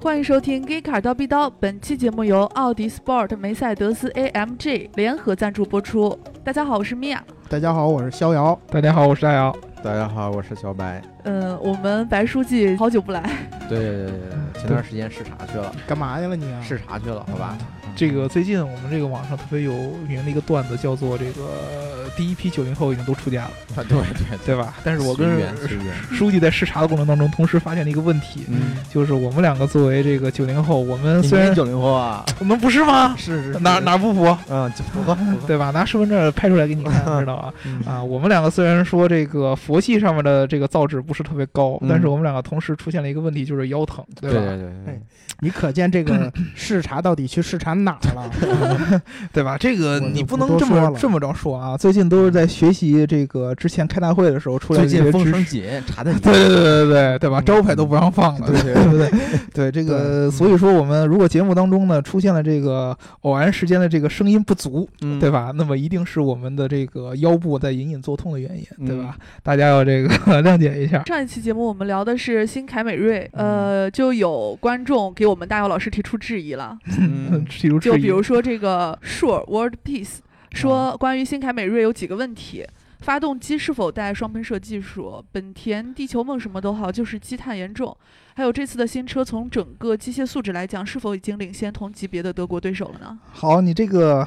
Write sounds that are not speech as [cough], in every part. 欢迎收听《g e e k a r 刀逼刀》，本期节目由奥迪 Sport 梅赛德斯 AMG 联合赞助播出。大家好，我是米娅。大家好，我是逍遥。大家好，我是大姚。大家好，我是小白。嗯，我们白书记好久不来，对对对对，前段时间视察去了，干嘛去了你啊？视察去了，好吧？这个最近我们这个网上特别有名的一个段子，叫做这个第一批九零后已经都出家了，啊，对对对吧？但是我跟随缘随缘书记在视察的过程当中，同时发现了一个问题，嗯，就是我们两个作为这个九零后，我们虽然九零后啊，我们不是吗？是是哪哪不 [laughs] 服，嗯，就符合符合对吧？拿身份证拍出来给你 [laughs] 看，知道吧？嗯啊，我们两个虽然说这个佛系上面的这个造纸不是特别高，嗯但是我们两个同时出现了一个问题，就是腰疼，对对吧？对对对哎，你可见这 [laughs] 个视察到底去视察哪儿了？对吧？这个我就你不能多这说么了这么着说啊！最近都是在学习这个之前开大会的时候出来最的这些近风知声识。紧，查的对对对对对对吧？嗯招牌都不让放了，对 [laughs] 对不对？对这个，所以说我们如果节目当中呢出现了这个偶然时间的这个声音不足，嗯对吧？那么一定是我们的这个腰部在隐隐作痛的原因，对嗯吧？大家要这个 [laughs] 谅解一下。上一期节目我们聊的是新凯美瑞，呃，就有观众给我们大姚老师提出质疑了，嗯，嗯提出质就比疑如，说这个 Sure World Peace 说关于新凯美瑞有几个问题。发动机是否带双喷射技术？本田、地球梦什么都好，就是积碳严重。还有这次的新车，从整个机械素质来讲，是否已经领先同级别的德国对手了呢？好，你这个，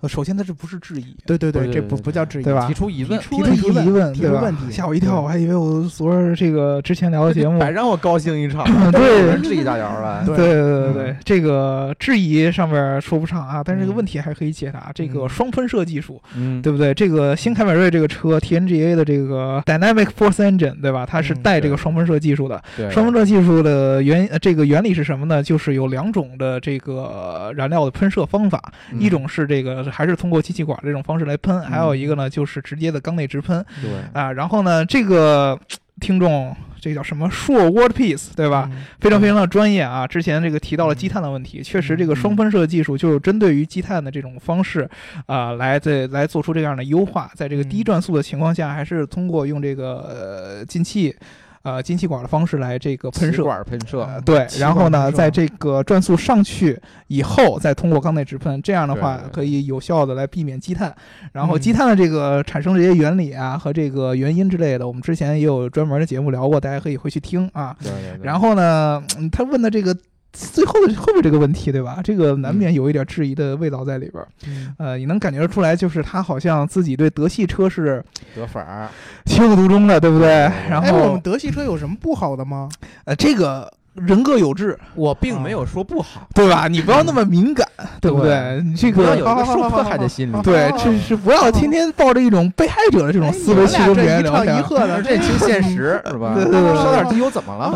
呃首先它这不是质疑，对对对对这对不不叫质疑，对吧嗯提？出疑问，提出出疑疑问，提对出吧问题吓我一跳，我还以为我昨儿这个之前聊的 [laughs] 节目，哎白让我高兴一场，哎对有人质疑大姚了， [laughs] 对对对对对嗯对，这个质疑上面说不上啊，但是这个嗯问题还可以解答。这个嗯双喷射技术，嗯对不对？这个新凯美瑞这个车 TNGA 的这个 Dynamic Force Engine，对吧？它是嗯带这对个双喷射技术的。对双喷射技术的原呃这个原理是什么呢？就是有两种的这个呃燃料的喷射方法，嗯一种是这个还是通过机气管这种方式来喷，还有嗯一个呢就是直接的缸内直喷。对啊，然后呢，这个听众这叫什么硕 Word Piece 对吧？嗯非常非常的专业啊！之前这个提到了积碳的问题，确嗯实这个双喷射技术就是针对于积碳的这种方式啊、来在来做出这样的优化。在这个低嗯转速的情况下，还是通过用这个呃进气呃进气管的方式来这个喷气射。管喷射，呃对，气然后管呢，喷射啊在这个转速上去以后，再通过缸内直喷，这样的话对对对可以有效的来避免积碳。然后嗯积碳的这个产生这些原理啊和这个原因之类的，我们之前也有专门的节目聊过，大家可以回去听啊。对对对，然后呢，嗯他问的这个。最后的后面这个问题，对吧？这个难免有一点质疑的味道在里边儿。嗯呃，你能感觉得出来，就是他好像自己对德系车是得反儿，情有独钟的，对不对？对对对然哎，我后们德系车有什么不好的吗？呃，这个人各有志，啊我并没有说不好，对吧？你不要那么敏感，嗯对不对？你这不要有一个个受迫害的心理，对，这是不要天天抱着一种被害者的这种思维去跟别人聊哦哎哎你们俩这一唱一和的，天，认清现 [laughs] 实是吧？对对对烧点机油怎么了？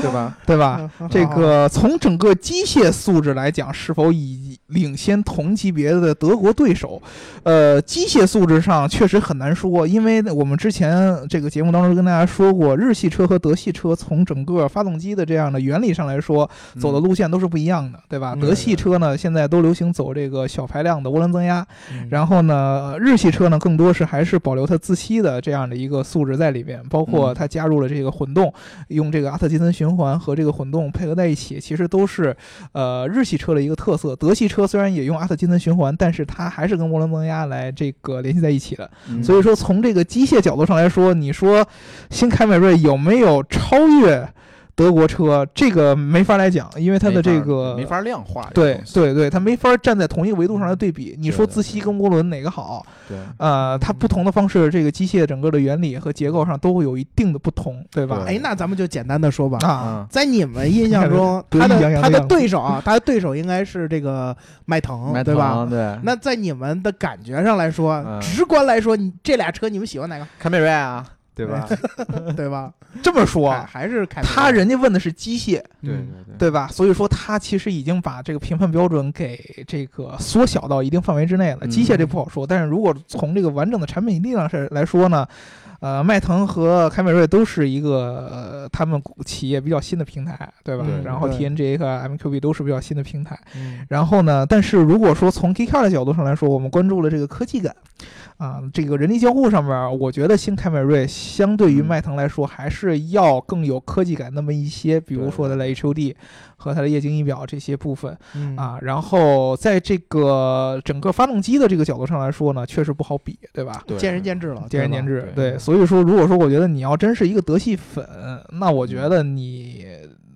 对吧？对吧？啊这个从整个机械素质来讲，是否已领先同级别的德国对手？呃，机械素质上确实很难说，因为我们之前这个节目当中跟大家说过，日系车和德系车从整个发动机的这样的原理上来说，嗯走的路线都是不一样的，对吧？嗯德系车呢，现在都流行走这个小排量的涡轮增压，后然后呢，日系车呢更多是还是保留它自吸的这样的一个素质在里边，包括嗯它加入了这个混动，用这个阿特金森循环和这个混动配合在一起，其实都是呃日系车的一个特色。德系车虽然也用阿特金森循环，但是它还是跟涡轮增压来这个联系在一起的。嗯，所以说，从这个机械角度上来说，你说新凯美瑞有没有超越德国车，这个没法来讲，因为它的这个没法没法量化这个对东西，对对，它没法站在同一个维度上来对比。你对说对嗯自吸跟涡轮哪个好？对呃，它不同的方式，这个机械整个的原理和结构上都会有一定的不同，对吧？对哎，那咱们就简单的说吧。啊，啊，在你们印象 [laughs] 中，你他看这得意的洋洋他的的样子对手啊，他的对手应该是这个迈腾，麦对吧？当嗯对，那在你们的感觉上来说，嗯直观来说，你这俩车你们喜欢哪个？凯美瑞啊， [laughs] 对吧？对吧？这么说哇，啊，还是凯美瑞他人家问的是机械，嗯对对对，对吧？所以说他其实已经把这个评判标准给这个缩小到一定范围之内了。嗯机械这不好说，但是如果从这个完整的产品力量上来说呢，呃，迈腾和凯美瑞都是一个呃他们企业比较新的平台，对吧？对然后对 TNGA 和 MQB 都是比较新的平台。嗯然后呢，但是如果说从 G Car 的角度上来说，我们关注了这个科技感，啊、这个人力交互上面儿，我觉得新凯美瑞相对于嗯迈腾来说，还是要更有科技感那么一些，比如对说它的 HUD 和它的液晶仪表这些部分嗯啊。然后在这个整个发动机的这个角度上来说呢，确实不好比，对吧？对见仁见智了，见仁见对吧。智，啊对所以说，如果说我觉得你要真是一个德系粉，那我嗯觉得你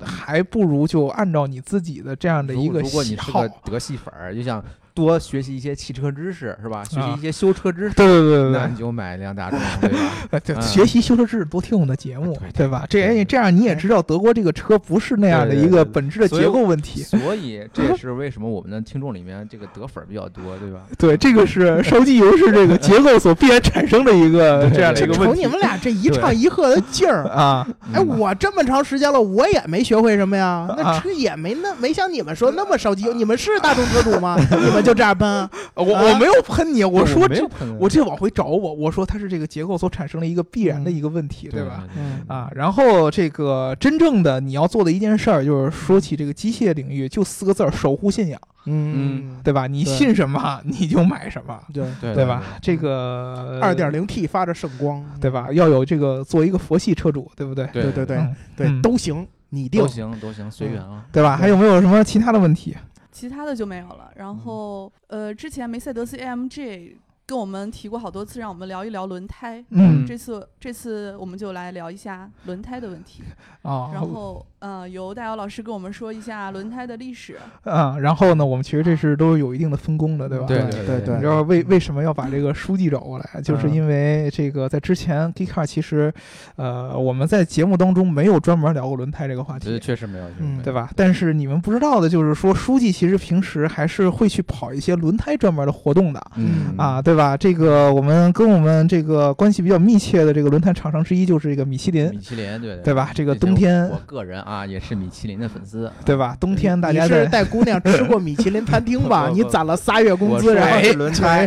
还不如就按照你自己的这样的如一果个如果你喜是好个，德系粉儿，就想多学习一些汽车知识，是吧？学习一些修车知识，对对对对那对你，就买一辆大众，对吧？呃，对，嗯学习修车知识，多听我们的节目对，对吧？这对对也这样你也知道德国这个车不是那样的对对一个对对本质的所以结构问题。所以这也是为什么我们的听众里面这个德粉儿比较多，对吧？对，这个是烧机油是这个结构所必然产生的一个对对这样的一这个瞅问题你们俩这一唱一和的劲 [laughs] 儿，啊。哎，嗯我这么长时间了，我也没学会什么呀，那啊车也没那没像你们说那么烧机油，你们是大众车主 [laughs] 吗？你们就这样喷？呃我我没有喷你，我说没这有喷的，我这往回找我，我说它是这个结构所产生的一个必然的嗯一个问题，对吧？？嗯啊，然后这个真正的你要做的一件事儿，就是说起这个机械领域，就四个字儿：守护信仰，嗯，对吧？你对信什么，你就买什么，对，对对吧？？这个二点零 T 发着圣光，对？吧？要有这个做一个佛系车主，对不对？对对对嗯对，嗯都行，拟定都。行都行，随缘啊。对吧？还有没有什么其他的问题？其他的就没有了。然后呃，之前梅赛德斯 AMG 跟我们提过好多次，让我们聊一聊轮胎。嗯这次这次我们就来聊一下轮胎的问题，啊，然后呃，由大姚老师跟我们说一下轮胎的历史。啊，然后呢，我们其实这是都是有一定的分工的，对吧？对嗯对对对你知道为为什么要把这个书记找过来？啊就是因为这个在之前 g e e k a r 其实，呃，我们在节目当中没有专门聊过轮胎这个话这题，确实没有，嗯对吧？但是你们不知道的就是说，书记其实平时还是会去跑一些轮胎专门的活动的。嗯啊，，对吧？这个我们跟我们这个关系比较密切的这个轮胎厂商之一就是这个米其林米，其林，对对吧？这个冬天我，个人啊也是米其林的粉丝，对吧？冬天大家你是在带姑娘吃过米其林餐厅 [laughs] 吧？不不你攒了仨月工我资，说然后的去是轮轮胎，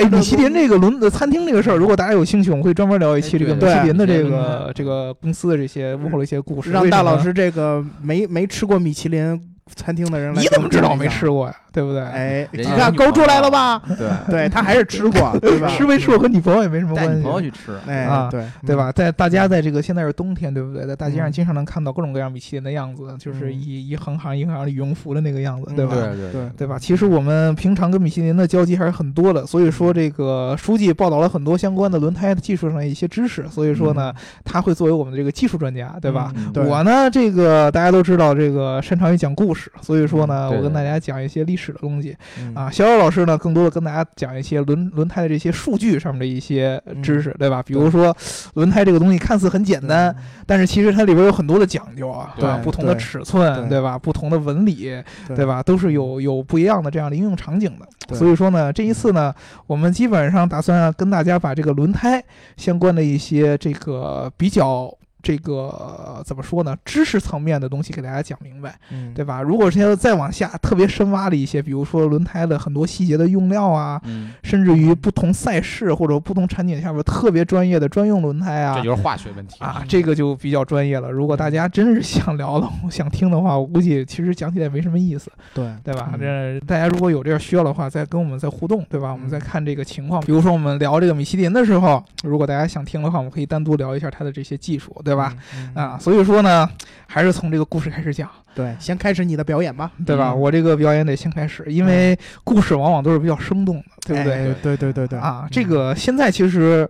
哎，米其林这个轮餐厅这个事儿，如果大家有兴趣，我们会专门聊一期这个哎米对其林的这米其林个这个公司的这些幕后的一些故事。让哎为什大么老呢师这个没没吃过米其林餐厅的人来，你怎么知道没吃？过呀？对不对？哎，你 [laughs] 人家看有勾出来女了 [laughs] 朋吧？对，对他还是吃过，对吧？吃没吃过和女朋友也没什么带关女朋友系。去吃，哎，啊对对？吧？在大家在这个现在是冬天，对不对？在大街上嗯经常能看到各种各样米其林的样子，就是嗯一一横行一横行的羽绒服的那个样子，嗯对吧？对对对，对吧？其实我们平常跟米其林的交集还是很多的，所以嗯说这个书记报道了很多相关的轮胎技术上的一些知识，所以说呢，他会作为我们的这个技术专家，对吧？嗯对我呢，这个大家都知道，这个擅长于讲故事，所以说呢，对我跟对大家讲一些历史的东西嗯啊。逍遥老师呢，更多的跟大家讲一些轮轮胎的这些数据上面的一些呃嗯知识，对吧？比如说，轮胎这个东西看似很简单，，但是其实它里边有很多的讲究啊，对吧？不同的对尺寸，对对吧？不同的纹理，对对吧？都是有有不一样的这样的应用场景的。对所以说呢，这一次呢，我们基本上打算跟大家把这个轮胎相关的一些这个比较。这个呃怎么说呢？知识层面的东西给大家讲明白，嗯对吧？如果是要再往下特别深挖了一些，比如说轮胎的很多细节的用料啊，嗯，甚至于不同赛事或者不同产品下边特别专业的专用轮胎啊这，就是化学问题啊，这个就比较专业了。如嗯果大家真是想聊的、 [laughs] 想听的话，我估计其实讲起来没什么意思，对对吧？嗯这大家如果有这个需要的话，再跟我们再互动，对吧？我们再看这个情况。比如说我们聊这个米其林的时候，如果大家想听的话，我们可以单独聊一下它的这些技术，对吧？？嗯啊，，所以说呢，还是从这个故事开始讲，对，先开始你的表演吧，对吧？嗯我这个表演得先开始，因为故事往往都是比较生动的，对不对？哎对对对对啊，这个现在其实，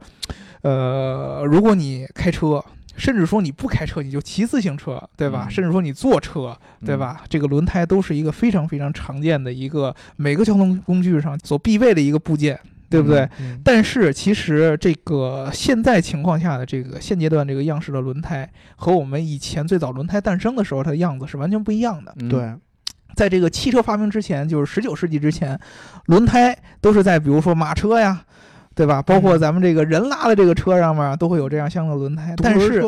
呃，如果你开车，甚至说你不开车，你就骑自行车，对吧？嗯甚至说你坐车，对吧？这个轮胎都是一个非常非常常见的一个每个交通工具上所必备的一个部件，对不对？嗯但是其实这个现在情况下的这个现阶段这个样式的轮胎和我们以前最早轮胎诞生的时候它的样子是完全不一样的。嗯，对，在这个汽车发明之前，就是十九世纪之前，轮胎都是在比如说马车呀。对吧？包括咱们这个人拉的这个车上面都会有这样相应的轮胎，但是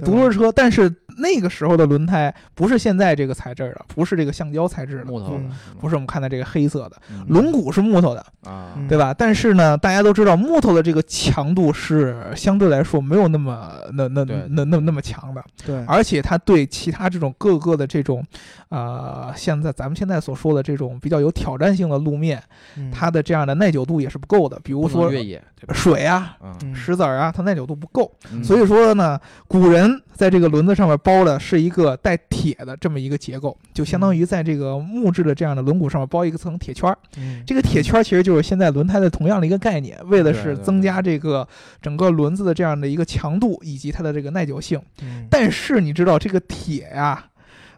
对独吧轮车，但是那个时候的轮胎不是现在这个材质的，不是这个橡胶材质的，木头的嗯是吗不是我们看的这个黑色的，嗯轮毂是木头的，啊，嗯对吧？但是呢，大家都知道木头的这个强度是相对来说没有那么那那对嗯那那那那么强的，对，而且它对其他这种各个的这种，呃，现在咱们现在所说的这种比较有挑战性的路面，嗯它的这样的耐久度也是不够的，比如不说能越野对吧？水啊、啊，嗯石子儿啊，它耐久度不够。嗯所以说呢，古人在这个轮子上面包的是一个带铁的这么一个结构，就相当于在这个木质的这样的轮毂上面包一个层铁圈儿。嗯这个铁圈儿其实就是现在轮胎的同样的一个概念，为的是增加这个整个轮子的这样的一个强度以及它的这个耐久性。嗯但是你知道这个铁呀、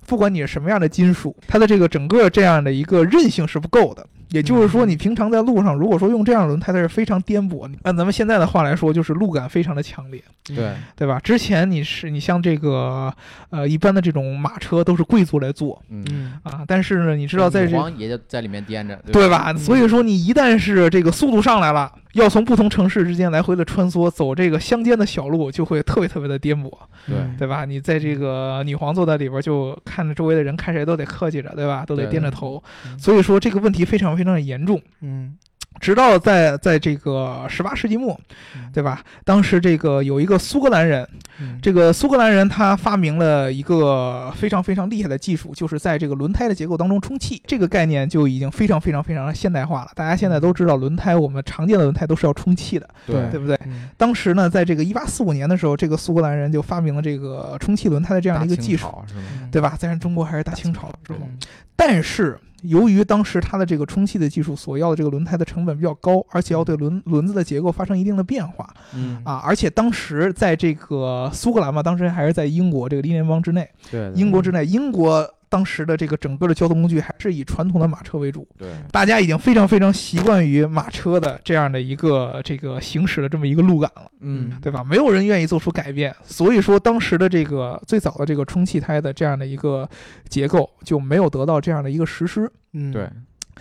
不管你是什么样的金属，它的这个整个这样的一个韧性是不够的。也就是说，你平常在路上，如果说用这样的轮胎，它是非常颠簸。按咱们现在的话来说，就是路感非常的强烈，对对吧？之前你是你像这个呃一般的这种马车都是贵族来坐嗯，嗯啊，但是呢，你知道在女这皇也就在里面颠着，对吧？吧？所以说你一旦是这个速度上来了，要从不同城市之间来回的穿梭，走这个乡间的小路，就会特别特别的颠簸，对对吧？你在这个女皇坐在里边，就看着周围的人，看谁都得客气着，对吧？都得对颠着头对，嗯所以说这个问题非常非常的严重。嗯直到在在这个十八世纪末，嗯对吧？当时这个有一个苏格兰人，嗯这个苏格兰人他发明了一个非常非常厉害的技术，就是在这个轮胎的结构当中充气。这个概念就已经非常非常非常的现代化了。大家现在都知道，轮胎我们常见的轮胎都是要充气的，对对不对？嗯当时呢，在这个一八四五年的时候，这个苏格兰人就发明了这个充气轮胎的这样的一个技术，是吗？对吧？在中国还是大清朝之后，嗯但是。由于当时它的这个充气的技术所要的这个轮胎的成本比较高，而且要对轮轮子的结构发生一定的变化，嗯，啊，而且当时在这个苏格兰嘛，当时还是在英国这个英联邦之内，对，对英国之内，英国当时的这个整个的交通工具还是以传统的马车为主，对大家已经非常非常习惯于马车的这样的一个这个行驶的这么一个路感了，嗯对吧？没有人愿意做出改变，所以说当时的这个最早的这个充气胎的这样的一个结构就没有得到这样的一个实施，嗯对，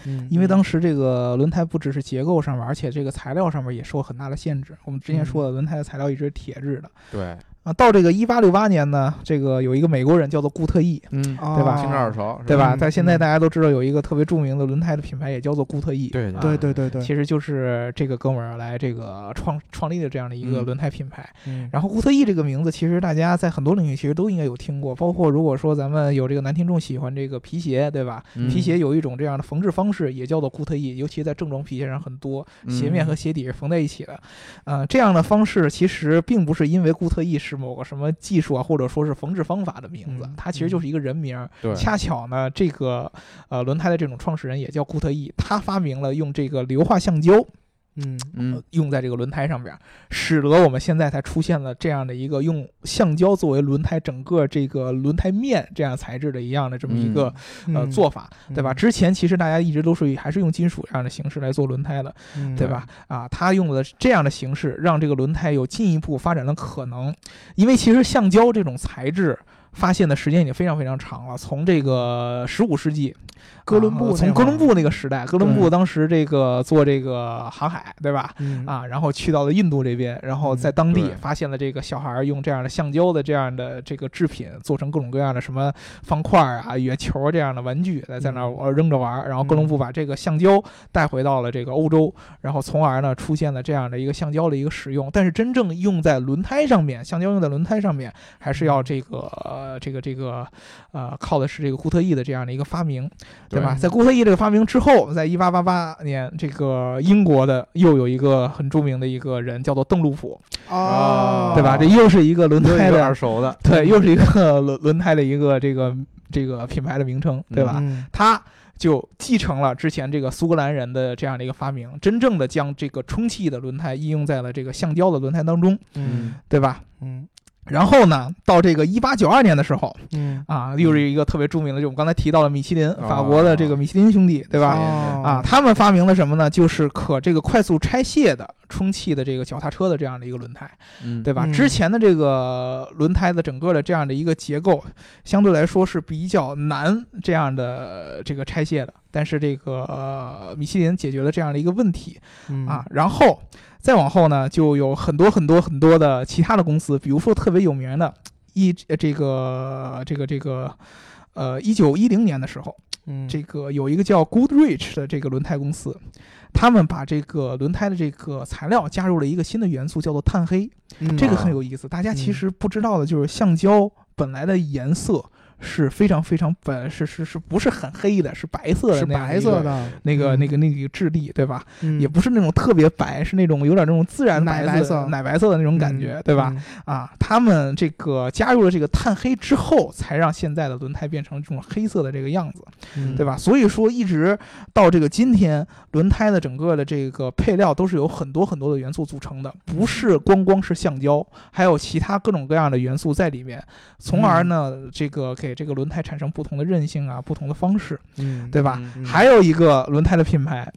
嗯因为当时这个轮胎不只是结构上面，而且这个材料上面也受很大的限制。我们之前说的轮胎的材料一直是铁制的。对，啊，到这个一八六八年呢，这个有一个美国人叫做固特异，嗯，对吧哦听着耳熟，是对吧？嗯在现在嗯大家都知道有一个特别著名的轮胎的品牌也叫做固特异，对嗯啊对对对对，其实就是这个哥们儿来这个创创立的这样的一个嗯轮胎品牌。嗯然后固特异这个名字，其实大家在很多领域其实都应该有听过，包括如果说咱们有这个男听众喜欢这个皮鞋，对吧？嗯皮鞋有一种这样的缝制方式，也叫做固特异，尤其在正装皮鞋上很多，嗯鞋嗯面和鞋底是缝在一起的。呃，这样的方式其实并不是因为固特异是某个什么技术啊，或者说是缝制方法的名字嗯，它其实就是一个人名儿。对恰巧呢，这个呃轮胎的这种创始人也叫固特异，他发明了用这个硫化橡胶。嗯嗯呃用在这个轮胎上边儿，使得我们现在才出现了这样的一个用橡胶作为轮胎整个这个轮胎面这样材质的一样的这么一个、呃嗯做法，对吧？嗯之前其实大家一直都是以还是用金属这样的形式来做轮胎的，嗯对吧？啊，它用的这样的形式让这个轮胎有进一步发展的可能，因为其实橡胶这种材质。发现的时间已经非常非常长了，从这个十五世纪，哥伦布啊从那哥会儿伦布那个时代，哥伦布对当时这个做这个航海，对吧？嗯啊，然后去到了印度这边，然后在当地对发现了这个小孩儿用这样的橡胶的这样的这个制品做成各种各样的什么方块儿啊、圆球儿这样的玩具，在在那儿呃扔着玩儿。然后哥伦布把这个橡胶带回到了这个欧洲，然后从而呢出现了这样的一个橡胶的一个使用。但是真正用在轮胎上面，橡胶用在轮胎上面，还是要这个、呃、这个这个呃靠的是这个固特异的这样的一个发明。对吧？对在固特异这个发明之后，在一八八八年，这个英国的又有一个很著名的一个人叫做邓禄普，哦，对吧？这又是一个轮又胎一个嗯的耳，熟的，对，又是一个轮轮胎的一个这个这个品牌的名称，对吧？嗯他就继承了之前这个苏格兰人的这样的一个发明，真正的将这个充气的轮胎应用在了这个橡胶的轮胎当中，嗯对吧？嗯然后呢，到这个一八九二年的时候嗯，啊，又是一个特别著名的，就我们刚才提到了米其林，法哦国的这个米其林兄弟，对吧？哦啊，他们发明了什么呢？就是可这个快速拆卸的充气的这个脚踏车的这样的一个轮胎，嗯，对吧？嗯之前的这个轮胎的整个的这样的一个结构，相对来说是比较难这样的这个拆卸的，但是这个、呃米其林解决了这样的一个问题，嗯啊，，然后再往后呢，就有很多很多很多的其他的公司，比如说特别有名的，一呃这个这个这个，呃，一九一零年的时候，嗯这个有一个叫 Goodrich 的这个轮胎公司，他们把这个轮胎的这个材料加入了一个新的元素，叫做碳黑，这个很有意思。大家其啊嗯实不知道的就是，橡胶本来的颜色。是非常非常本是是是不是很黑的，是白色的是那样白一个色的，那个那个那个质地，对吧？嗯也不是那种特别白，是那种有点那种自然奶白白色色嗯奶白色的那种感觉，对吧？？啊，他们这个加入了这个碳黑之后，才让现在的轮胎变成这种黑色的这个样子，嗯对？吧？所以说，一直到这个今天，轮胎的整个的这个配料都是由很多很多的元素组成的，嗯不是光光是橡胶，还有其他各种各样的元素在里面，从而嗯呢，这个给这个轮胎产生不同的韧性啊，不同的方式，嗯，对吧？嗯还有一个轮胎的品牌，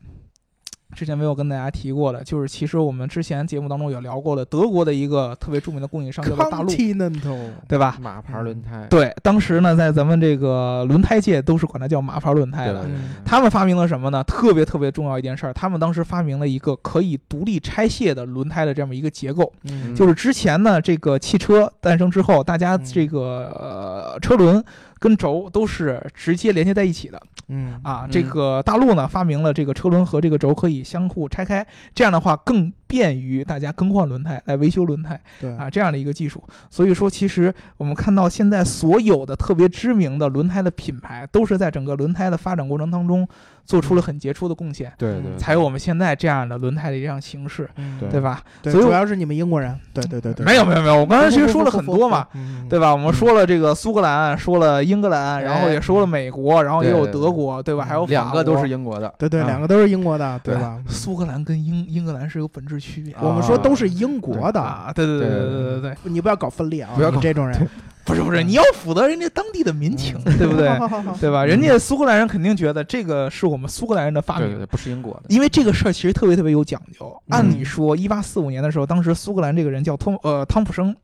之前没有跟大家提过的，就是其实我们之前节目当中有聊过的，德国的一个特别著名的供应商叫做大陆， Continental，对吧？马牌轮胎，对，当时呢，在咱们这个轮胎界都是管它叫马牌轮胎对吧的。嗯他们发明了什么呢？特别特别重要一件事儿，他们当时发明了一个可以独立拆卸的轮胎的这么一个结构。嗯就是之前呢，这个汽车诞生之后，大家嗯这个、呃车轮跟轴都是直接连接在一起的。嗯啊，这嗯个大陆呢发明了这个车轮和这个轴可以相互拆开，这样的话更便于大家更换轮胎来维修轮胎对啊，这样的一个技术。所以说，其实我们看到现在所有的特别知名的轮胎的品牌，都是在整个轮胎的发展过程当中做出了很杰出的贡献，对对，才有我们现在这样的轮胎的一样形式，嗯对对吧？对，所以主我要是你们英国人，对对对对，没有没有没有，我刚才其实不说了很多嘛。，对吧？吧？我们说了这个苏格兰，说了英格兰，然后也说了美国，然后也有对德国，对吧？还有法嗯两个都国是英国的，对对，啊两个都是英国的，对对吧？苏格兰跟英英格兰是有本质区别的。我们说都是英国的，啊，对对对对对对对对对，你不要搞分裂啊！不要你搞这种人，不是不是，你要符合人家当地的民情，对不 [laughs] 对？好好好好对嗯吧？人家苏格兰人肯定觉得这个是我们苏格兰人的发对对明对，，不是英国的，因为这个事儿其实特别特别有讲究。嗯按理说，一八四五年的时候，当时苏格兰这个人叫汤呃汤普生，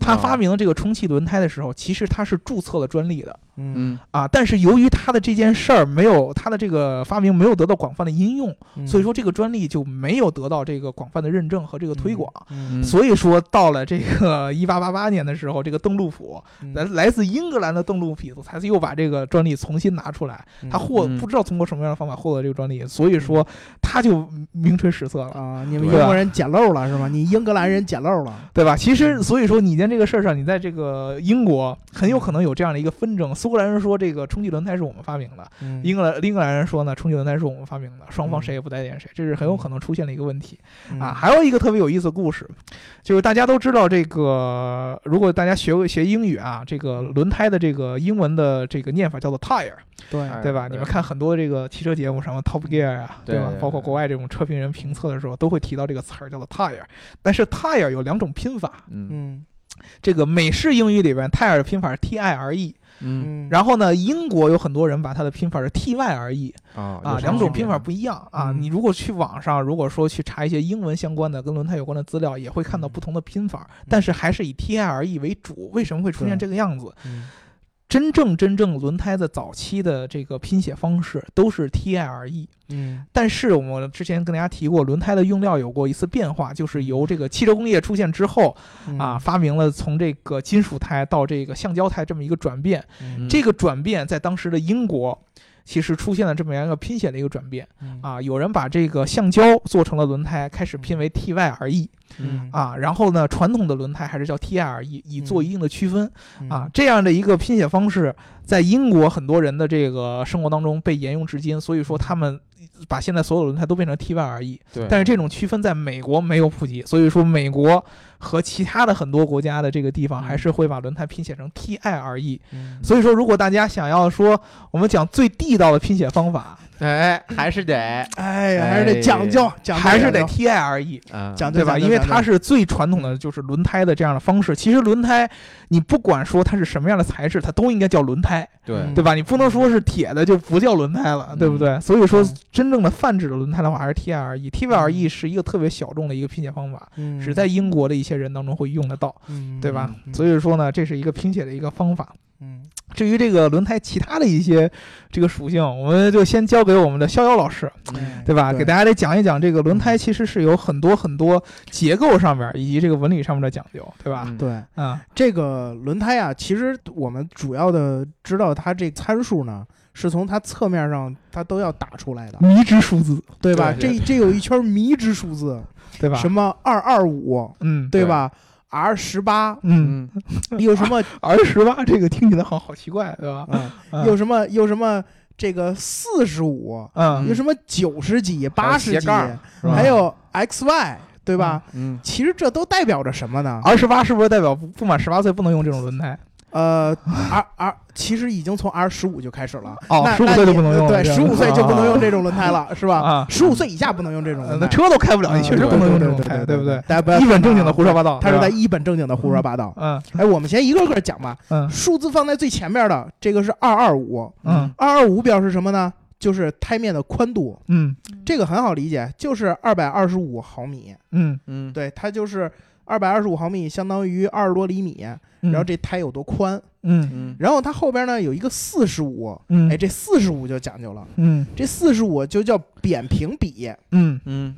他啊发明了这个充气轮胎的时候，其实他是注册了专利的嗯嗯，啊，但是由于他的这件事儿没有他的这个发明没有得到广泛的应用，嗯所以说这个专利就没有得到这个广泛的认证和这个推广。嗯嗯所以说，到了这个一八八八年的时候，这个邓禄普嗯来来自英格兰的邓禄普才又把这个专利重新拿出来，嗯他获嗯不知道通过什么样的方法获得这个专利，所以说他就名垂史册了，啊，你们对英国人捡漏了是吧？你英格兰人捡漏了，对吧？其实，所以说你在这个事儿上，你在这个英国很有可能有这样的一个纷争。苏格兰人说这个充气轮胎是我们发明的，嗯英格兰英格兰人说呢充气轮胎是我们发明的，双方谁也不待见谁，这是很有可能出现的一个问题。嗯啊，还有一个特别有意思的故事，就是大家都知道这个，如果大家学过学英语啊，这个轮胎的这个英文的这个念法叫做 tire，对哎对吧？你们看很多这个汽车节目，什么 Top Gear 啊，对吧对？对包括国外这种车评人评测的时候，都会提到这个词儿叫做 tire，但是 tire 有两种拼法，嗯嗯这个美式英语里边 tire 的拼法是 t i r e，嗯嗯，然后呢，英国有很多人把它的拼法是 t y r e，啊啊，有两种区别拼法不一样啊。嗯你如果去网上，如果说去查一些英文相关的跟轮胎有关的资料，也会看到嗯不同的拼法，但是还是以 T I R E 为主。为什么会出现这个样子？嗯真正真正轮胎的早期的这个拼写方式都是 T I R E，嗯但是我们之前跟大家提过，轮胎的用料有过一次变化，就是由这个汽车工业出现之后嗯啊，，发明了从这个金属胎到这个橡胶胎这么一个转变。嗯这个转变在当时的英国，其实出现了这么样一个拼写的一个转变。嗯啊，有人把这个橡胶做成了轮胎，开始拼为 TYRE 嗯啊，然后呢，传统的轮胎还是叫 TIRE，以做一定的区分啊嗯，。这样的一个拼写方式，在英国很多人的这个生活当中被沿用至今，所以说他们把现在所有轮胎都变成 TYRE，对，但是这种区分在美国没有普及，所以说美国和其他的很多国家的这个地方还是会把轮胎拼写成 TIRE，嗯所以说，如果大家想要说我们讲最地道的拼写方法，哎，还是得哎呀，还是得讲究，讲究还是得讲究 T I R E。啊，讲究对吧？讲究因为讲究它是最传统的，就是轮胎的这样的方式。其实轮胎，你不管说它是什么样的材质，它都应该叫轮胎，对嗯对吧？你不能说是铁的就不叫轮胎了，对不对？所以说嗯，真正的泛指的轮胎的话，还是 T I R E。T I R E 是一个特别小众的一个拼写方法，嗯只在英国的一些人当中会用得到，嗯对吧？嗯所以说呢，这是一个拼写的一个方法。嗯至于这个轮胎其他的一些这个属性，我们就先交给我们的逍遥老师，嗯哎嗯对吧？给大家来讲一讲这个轮嗯胎其实是有很多很多结构上面以及这个纹理上面的讲究，对吧？嗯对啊，这个轮胎啊，其实我们主要的知道它这参数呢，是从它侧面上它都要打出来的，迷之数字，对吧？对这这有一圈迷之数字，对吧？什么二二五，嗯，对吧？R 十八嗯，嗯，又什么而十八这个听起来好好奇怪，对吧？啊？嗯又什么又什么这个四十五，嗯有什么九十几、八十斜几，杠儿还是吧有 X Y，对吧？嗯，其实这都代表着什么呢？ ，R 十八是不是代表不不满十八岁不能用这种轮胎？呃，R R 其实已经从 R 十五就开始了，哦那15那岁就你不能用了对，这样十五岁就不能用这种轮胎了，是吧？啊，十五岁以下不能用这种呃轮那胎，啊车都开不了，你确实对不能用这对种对轮胎，对不对？大家不要一本正经看的啊胡说八道，他是对在吧一本正经的胡说八道。嗯哎，我们先一个个讲吧。嗯数字放在最前面的这个是二二五，嗯二二五表示什么呢？就是胎面的宽度，嗯这个很好理解，就是二百二十五毫米。嗯，嗯，对，它就是二百二十五毫米，相当于二十多厘米。然然后这胎有多宽？嗯嗯，然后它后边呢有一个四十五，嗯哎，这四十五就讲究了。嗯这四十五就叫扁平比。嗯嗯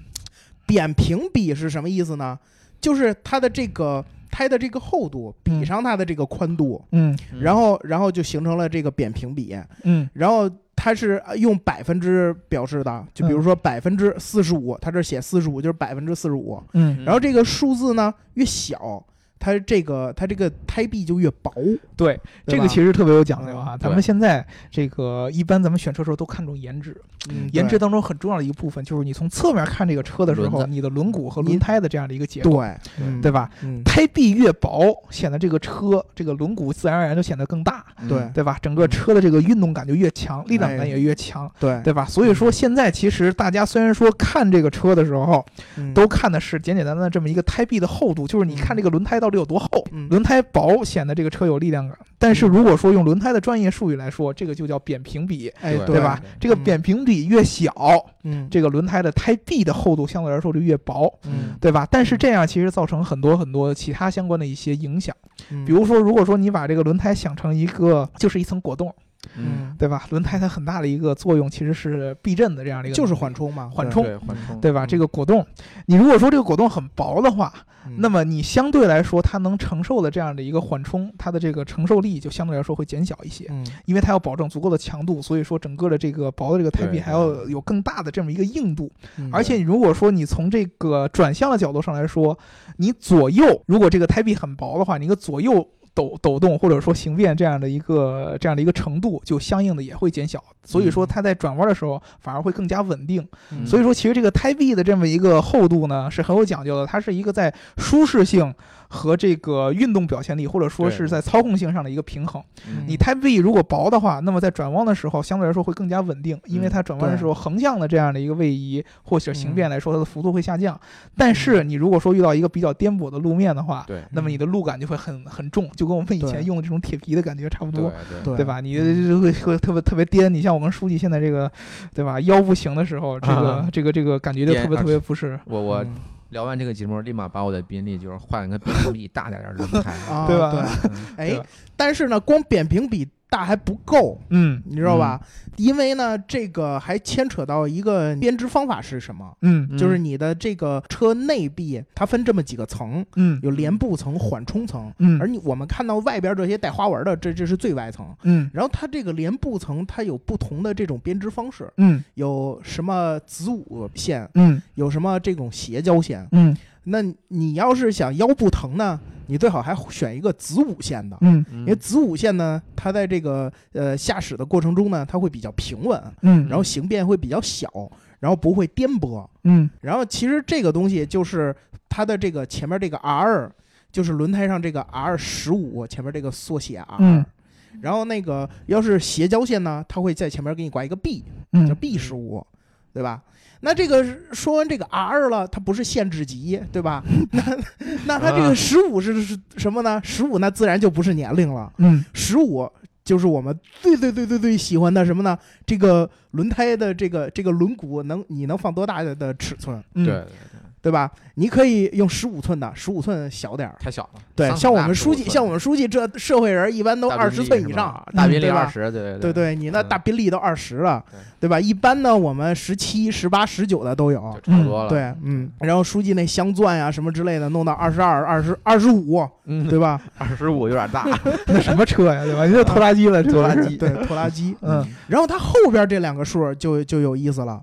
扁平比是什么意思呢？就是它的这个胎的这个厚度比上它的这个宽度，嗯嗯，然后然后就形成了这个扁平比。嗯然后它是呃用百分之表示的，就比如嗯说百分之四十五，它这写四十五就是百分之四十五。嗯，然后这个数字呢越小，它这个它这个胎壁就越薄。对，对这吧嗯个其实特别有讲究啊。咱们对现在这个一般咱们选车时候都看重颜值，嗯颜值对当中很重要的一个部分就是你从侧面看这个车的时轮候，子你的轮毂和轮胎的这样的一个结构，对嗯对吧？嗯胎壁越薄，显得这个车这个轮毂自然而然就显得更大，对对吧？整个车的这个运动感就越强，力量嗯哎嗯感也越强，对对吧？所以说现在其实大家虽然说看这个车的时候，嗯都看的是简简单单的这么一个胎壁的厚度，就是你看这个轮胎到底有多厚，嗯轮胎薄显得这个车有力量感。但是如果说用轮胎的专业术语来说，这个就叫扁平比，哎对对吧？这个扁平比越小，嗯这个轮胎的胎壁的厚度相对来说就越薄，嗯对吧？但是这样其实造成很多很多其他相关的一些影响，嗯比如说，如果说你把这个轮胎想成一个就是一层果冻，嗯，对吧？轮胎它很大的一个作用其实是避震的这样的一个，就是缓冲嘛缓对冲对，缓冲，对吧？嗯这个果冻，你如果说这个果冻很薄的话，嗯那么你相对来说它能承受的这样的一个缓冲，它的这个承受力就相对来说会减小一些，嗯因为它要保证足够的强度，所以说整个的这个薄的这个胎对壁对还要有更大的这么一个硬度。嗯而且如果说你从这个转向的角度上来说，你左右如果这个胎壁很薄的话，你一个左右。抖抖动或者说形变这样的一个这样的一个程度，就相应的也会减小，所以说嗯它在转弯的时候反而会更加稳定。嗯所以说，其实这个胎壁的这么一个厚度呢，是很有讲究的。它是一个在舒适性和这个运动表现力，或者说对是在操控性上的一个平衡。嗯你胎壁如果薄的话，那么在转弯的时候相对来说会更加稳定，因为它转弯的时候横向的这样的一个位移或者形变来说，它的幅度会下降。但是你如果说遇到一个比较颠簸的路面的话，对那么你的路感就会很很重，就跟我们以嗯前对用的这种铁皮的感觉差不多。对对对吧？你就会会特别特别颠。你像我跟书记现在这个，对吧？腰不行的时候，这个、啊这个这个感觉就颠特别而特别不适，我我嗯聊完这个节目，立马把我的宾利就是换一个比宾利大点儿的轮胎，啊对吧？对嗯对哎吧，但是呢，光扁平比大还不够，嗯你知道吧？因为呢，这个还牵扯到一个编织方法是什么。嗯就是你的这个车内壁，它分这么几个层，嗯有帘布层、缓冲层，嗯而你我们看到外边这些带花纹的，这这是最外层。嗯然后它这个帘布层，它有不同的这种编织方式，嗯有什么子午线，嗯有什么这种斜交线。嗯那你要是想腰不疼呢，你最好还选一个子午线的，嗯嗯因为子午线呢，它在这个呃驾驶的过程中呢，它会比较平稳，嗯，然后形变会比较小，然后不会颠簸。嗯然后其实这个东西就是它的这个前面这个 R，就是轮胎上这个 R 十五前面这个缩写 R，、嗯然后那个要是斜交线呢，它会在前面给你挂一个 B，叫嗯 B 十五，对吧？那这个是说完这个 R 了，它不是限制级，对吧？ [laughs] 那那它这啊个十五是是什么呢？十五那自然就不是年龄了，嗯十五就是我们最最最最最喜欢的什么呢？这个轮胎的这个这个轮毂能你能放多大的的尺寸，嗯，对，对吧？你可以用十五寸的，十五寸小点儿。太小了。对，桑塔像我纳们15书记，寸像我们书记这社会人一般都大二宾十利寸是以吧上，大嗯宾利对吧二十，对对对对，你那嗯大宾利都二十了对，对吧？一般呢，我们十七、十八、十九的都有就。差不多了。对，嗯，然后书记那镶钻呀、什么之类的，弄到二十二、二十二十五，嗯，对 [laughs] 吧？二十五有 [laughs] 点大，那什么车呀，对吧？你这拖拉机了，拖拖拉机，对，拖拉机。嗯然后它后边这两个数就就有意思了，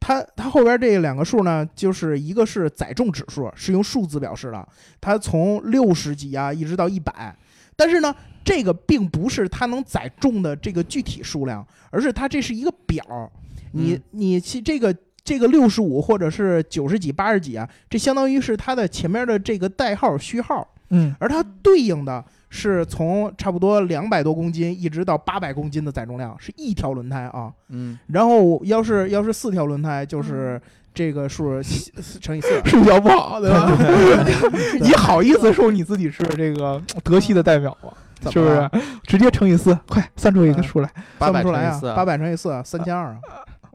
它它后边这两个数呢，就是一个是载重指数，是用数字表示的，它从六十几啊一直到一百，但是呢，这个并不是它能载重的这个具体数量，而是它这是一个表儿，你嗯你其这个。这个六十五或者是九十几、八十几啊，这相当于是它的前面的这个代号序号，嗯而它对应的是从差不多两百多公斤一直到八百公斤的载重量，是一条轮胎啊。嗯，然后要是要是四条轮胎，就是这个数乘以四。睡觉不好，对吧？你好意思说你自己是这个德系的代表吗？怎是么不了是？直接乘以四，快算出一个数来。八算不百出乘来以啊四，，八百乘以四，三千二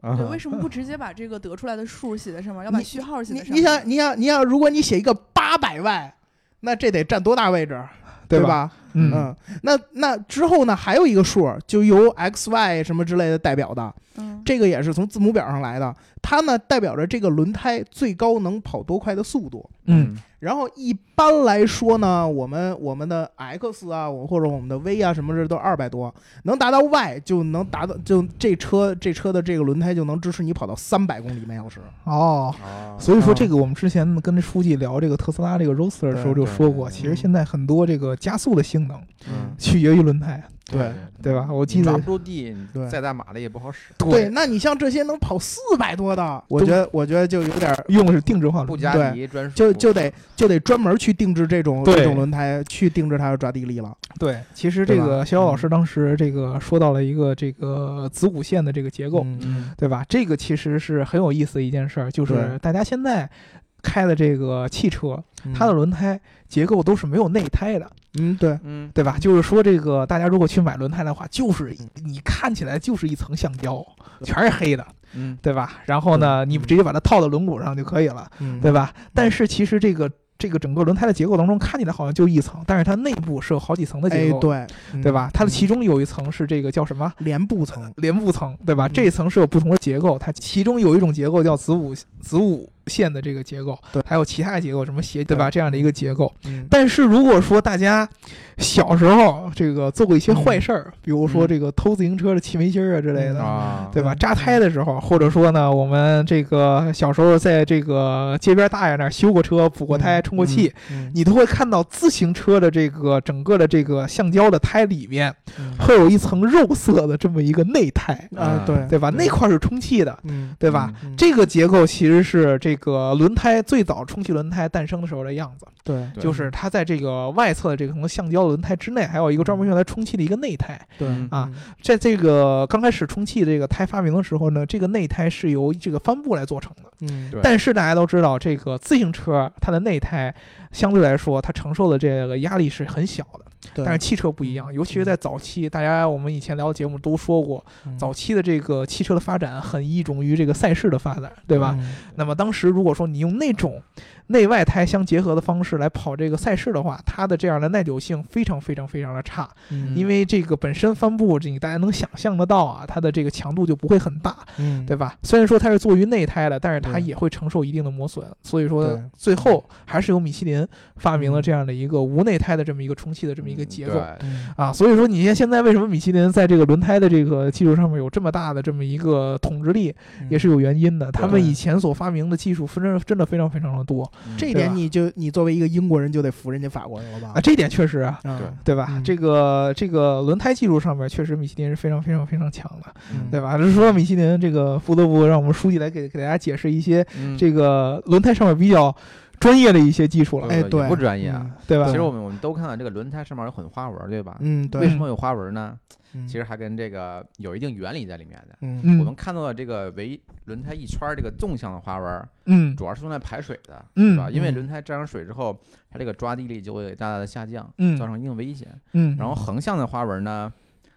啊！对，为什么不直接把这个得出来的数写在上面，要你把序号写你在上面？你想，你想，你想，如果你写一个八百万，那这得占多大位置，对吧？吧？嗯，嗯，那那之后呢，还有一个数，就由 x、y 什么之类的代表的，嗯，这个也是从字母表上来的。它呢代表着这个轮胎最高能跑多快的速度。嗯，然后一般来说呢，我们我们的 X 啊，我或者我们的 V 啊，什么这都二百多，能达到 Y 就能达到，就这车这车的这个轮胎就能支持你跑到三百公里每小时。哦。哦，所以说，啊这个我们之前跟书记聊这个特斯拉这个 Roadster 的时候就对说过，对其实现在很多这个加速的性能嗯，取决于轮胎，对对吧？我记抓得不住地，你对再大马力也不好使，对，，那你像这些能跑四百多的，我觉得我觉得就有点儿，用的是定制化布轮胎。加迪专属，就就得就得专门去定制这种对这种轮胎，去定制它的抓地力了。对，其实这对吧个逍遥老师当时这个说到了一个这个子午线的这个结构，嗯，对吧？这个其实是很有意思的一件事儿，就是对大家现在开的这个汽车，嗯它的轮胎结构都是没有内胎的，嗯对，嗯，对吧？就是说，这个大家如果去买轮胎的话，就是你看起来就是一层橡胶，全是黑的，嗯对吧？然后呢，你直接把它套到轮毂上就可以了，嗯对吧？但是其实这个这个整个轮胎的结构当中，看起来好像就一层，但是它内部是有好几层的哎结构，对嗯对吧？它的其中中有一层是这个叫什么？帘布层，帘布层，对嗯吧？这一层是有不同的结构，它其中有一种结构叫子午子午线的这个结构，对还有其他结构什么斜，对吧？这样的一个结构。嗯但是如果说大家小时候这个做过一些坏事儿，比如说嗯这个偷自行车的气门芯儿啊之类的。嗯啊，对吧？扎胎的时候，或者说呢，我们这个小时候在这个街边大爷那儿修过车、补过胎、充过气，嗯，你都会看到自行车的这个整个的这个橡胶的胎里面嗯会有一层肉色的这么一个内胎，嗯啊对对吧？对那块是充气的，嗯对吧？嗯这个结构其实是这个轮胎最早充气轮胎诞生的时候的样子，对对就是它在这个外侧的这个从橡胶轮胎之内，还有一个专门用来充气的一个内胎。对嗯啊，在这个刚开始充气这个胎发明的时候呢，这个内胎是由这个帆布来做成的。嗯对但是大家都知道，这个自行车它的内胎相对来说，它承受的这个压力是很小的。对，但是汽车不一样，尤其是在早期，大家我们以前聊的节目都说过，嗯早期的这个汽车的发展很依种于这个赛事的发展，对吧？？嗯那么当时如果说你用那种内外胎相结合的方式来跑这个赛事的话，它的这样的耐久性非常非常非常的差，嗯因为这个本身帆布这个大家能想象得到啊，它的这个强度就不会很大，嗯对吧？虽然说它是做于内胎的，但是它对也会承受一定的磨损，所以说对嗯最后还是由米其林发明了这样的一个无内胎的这么一个充气的这么一个结构。对嗯啊，所以说你看现在为什么米其林在这个轮胎的这个技术上面有这么大的这么一个统治力，嗯也是有原因的。他们以前所发明的技术真的真的非常非常的多嗯这一对吧点，你就你作为一个英国人就得服人家法国人了吧啊，？这一点确实啊，啊对对吧？嗯这个这个轮胎技术上面确实米其林是非常非常非常强的，嗯对吧？就是说米其林这个不得不让我们书记来给给大家解释一些嗯这个轮胎上面比较专业的一些技术了，哎也对不专业啊。嗯对吧其？实我们我们都看到这个轮胎上面有很花纹，对吧？嗯，对为，什么有花纹呢？嗯其实还跟这个有一定原理在里面的。嗯我嗯们看到的这个围轮胎一圈儿这个纵向的花纹，嗯主要是用来排水的，嗯是吧？因为嗯轮胎沾上水之后，它这个抓地力就会大大的下降，嗯造成一定危险。嗯，然后横向的花纹呢，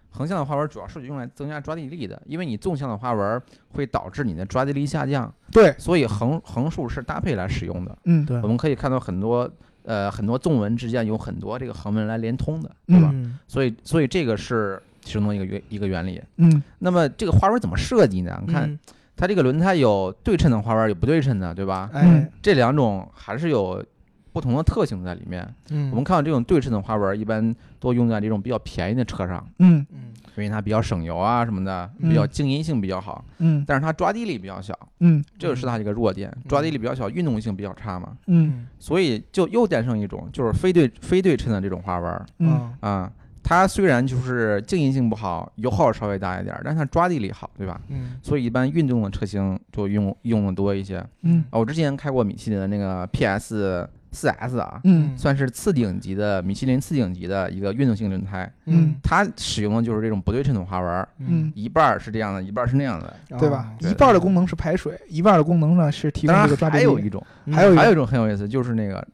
横向的花纹主要是用来增加抓地力的，因为你纵向的花纹会导致你的抓地力下降，对，所以横横竖是搭配来使用的。嗯对我，们可以看到很多呃很多纵纹之间有很多这个横纹来连通的，对吧？嗯所以所以这个是其中的一个原一个原理。嗯那么这个花纹怎么设计呢？你看，嗯它这个轮胎有对称的花纹，有不对称的，对吧？哎，这两种还是有不同的特性在里面。嗯，我们看到这种对称的花纹，一般都用在这种比较便宜的车上，嗯嗯，因为它比较省油啊什么的，嗯比较静音性比较好，嗯但是它抓地力比较小，嗯这就是它一个弱点。抓地力比较小，运动性比较差嘛，嗯嗯所以就又诞生一种就是非对非对称的这种花纹儿嗯啊啊。它虽然就是静音性不好，油耗稍微大一点儿，但是它抓地力好，对吧？嗯所以一般运动的车型就用用的多一些。嗯啊，我之前开过米其林的那个 PS 四 S 啊，嗯算是次顶级的米其林次顶级的一个运动性轮胎，嗯它使用的就是这种不对称的花纹儿，嗯，一半儿是这样的，一半儿是那样的。嗯对啊吧？对一半的功能是排水，一半的功能呢是提当供这然个抓地还有一力。种，嗯还有一还有个一种很有意思，就是那个